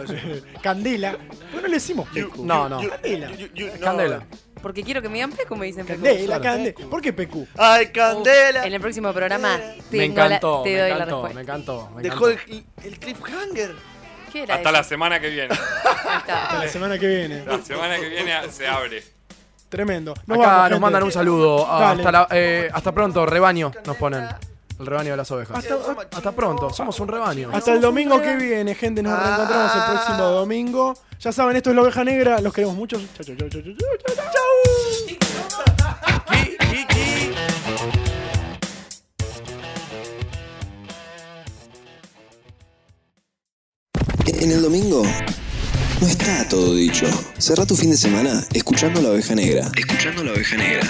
Candela. Pero no le decimos Pecu. No, no. Candela. Candela. Porque quiero que me digan Pecu, me dicen Pecu. Candela, Candela. ¿Por qué Pecu? Ay, Candela. en el próximo programa Me tengo la- encantó, te me doy encantó, la me respuesta. encantó, me Dejó encantó. el, el cliffhanger. ¿Qué era Hasta eso? la semana que viene. Hasta la semana que viene. La semana que viene se abre. Tremendo. Acá vamos, nos gente. mandan un saludo. Ah, Dale. hasta, la- eh, hasta pronto, rebaño, nos ponen. El rebaño de las ovejas. Hasta- Hasta, pronto, somos un rebaño. Hasta el domingo que viene, gente. Ah. Nos reencontramos el próximo domingo. Ya saben, esto es La Oveja Negra. Los queremos mucho. Chau, chau, chau, chau, chau, chau, chau. En el domingo no está todo dicho. Cerra tu fin de semana escuchando la oveja negra. Escuchando la oveja negra.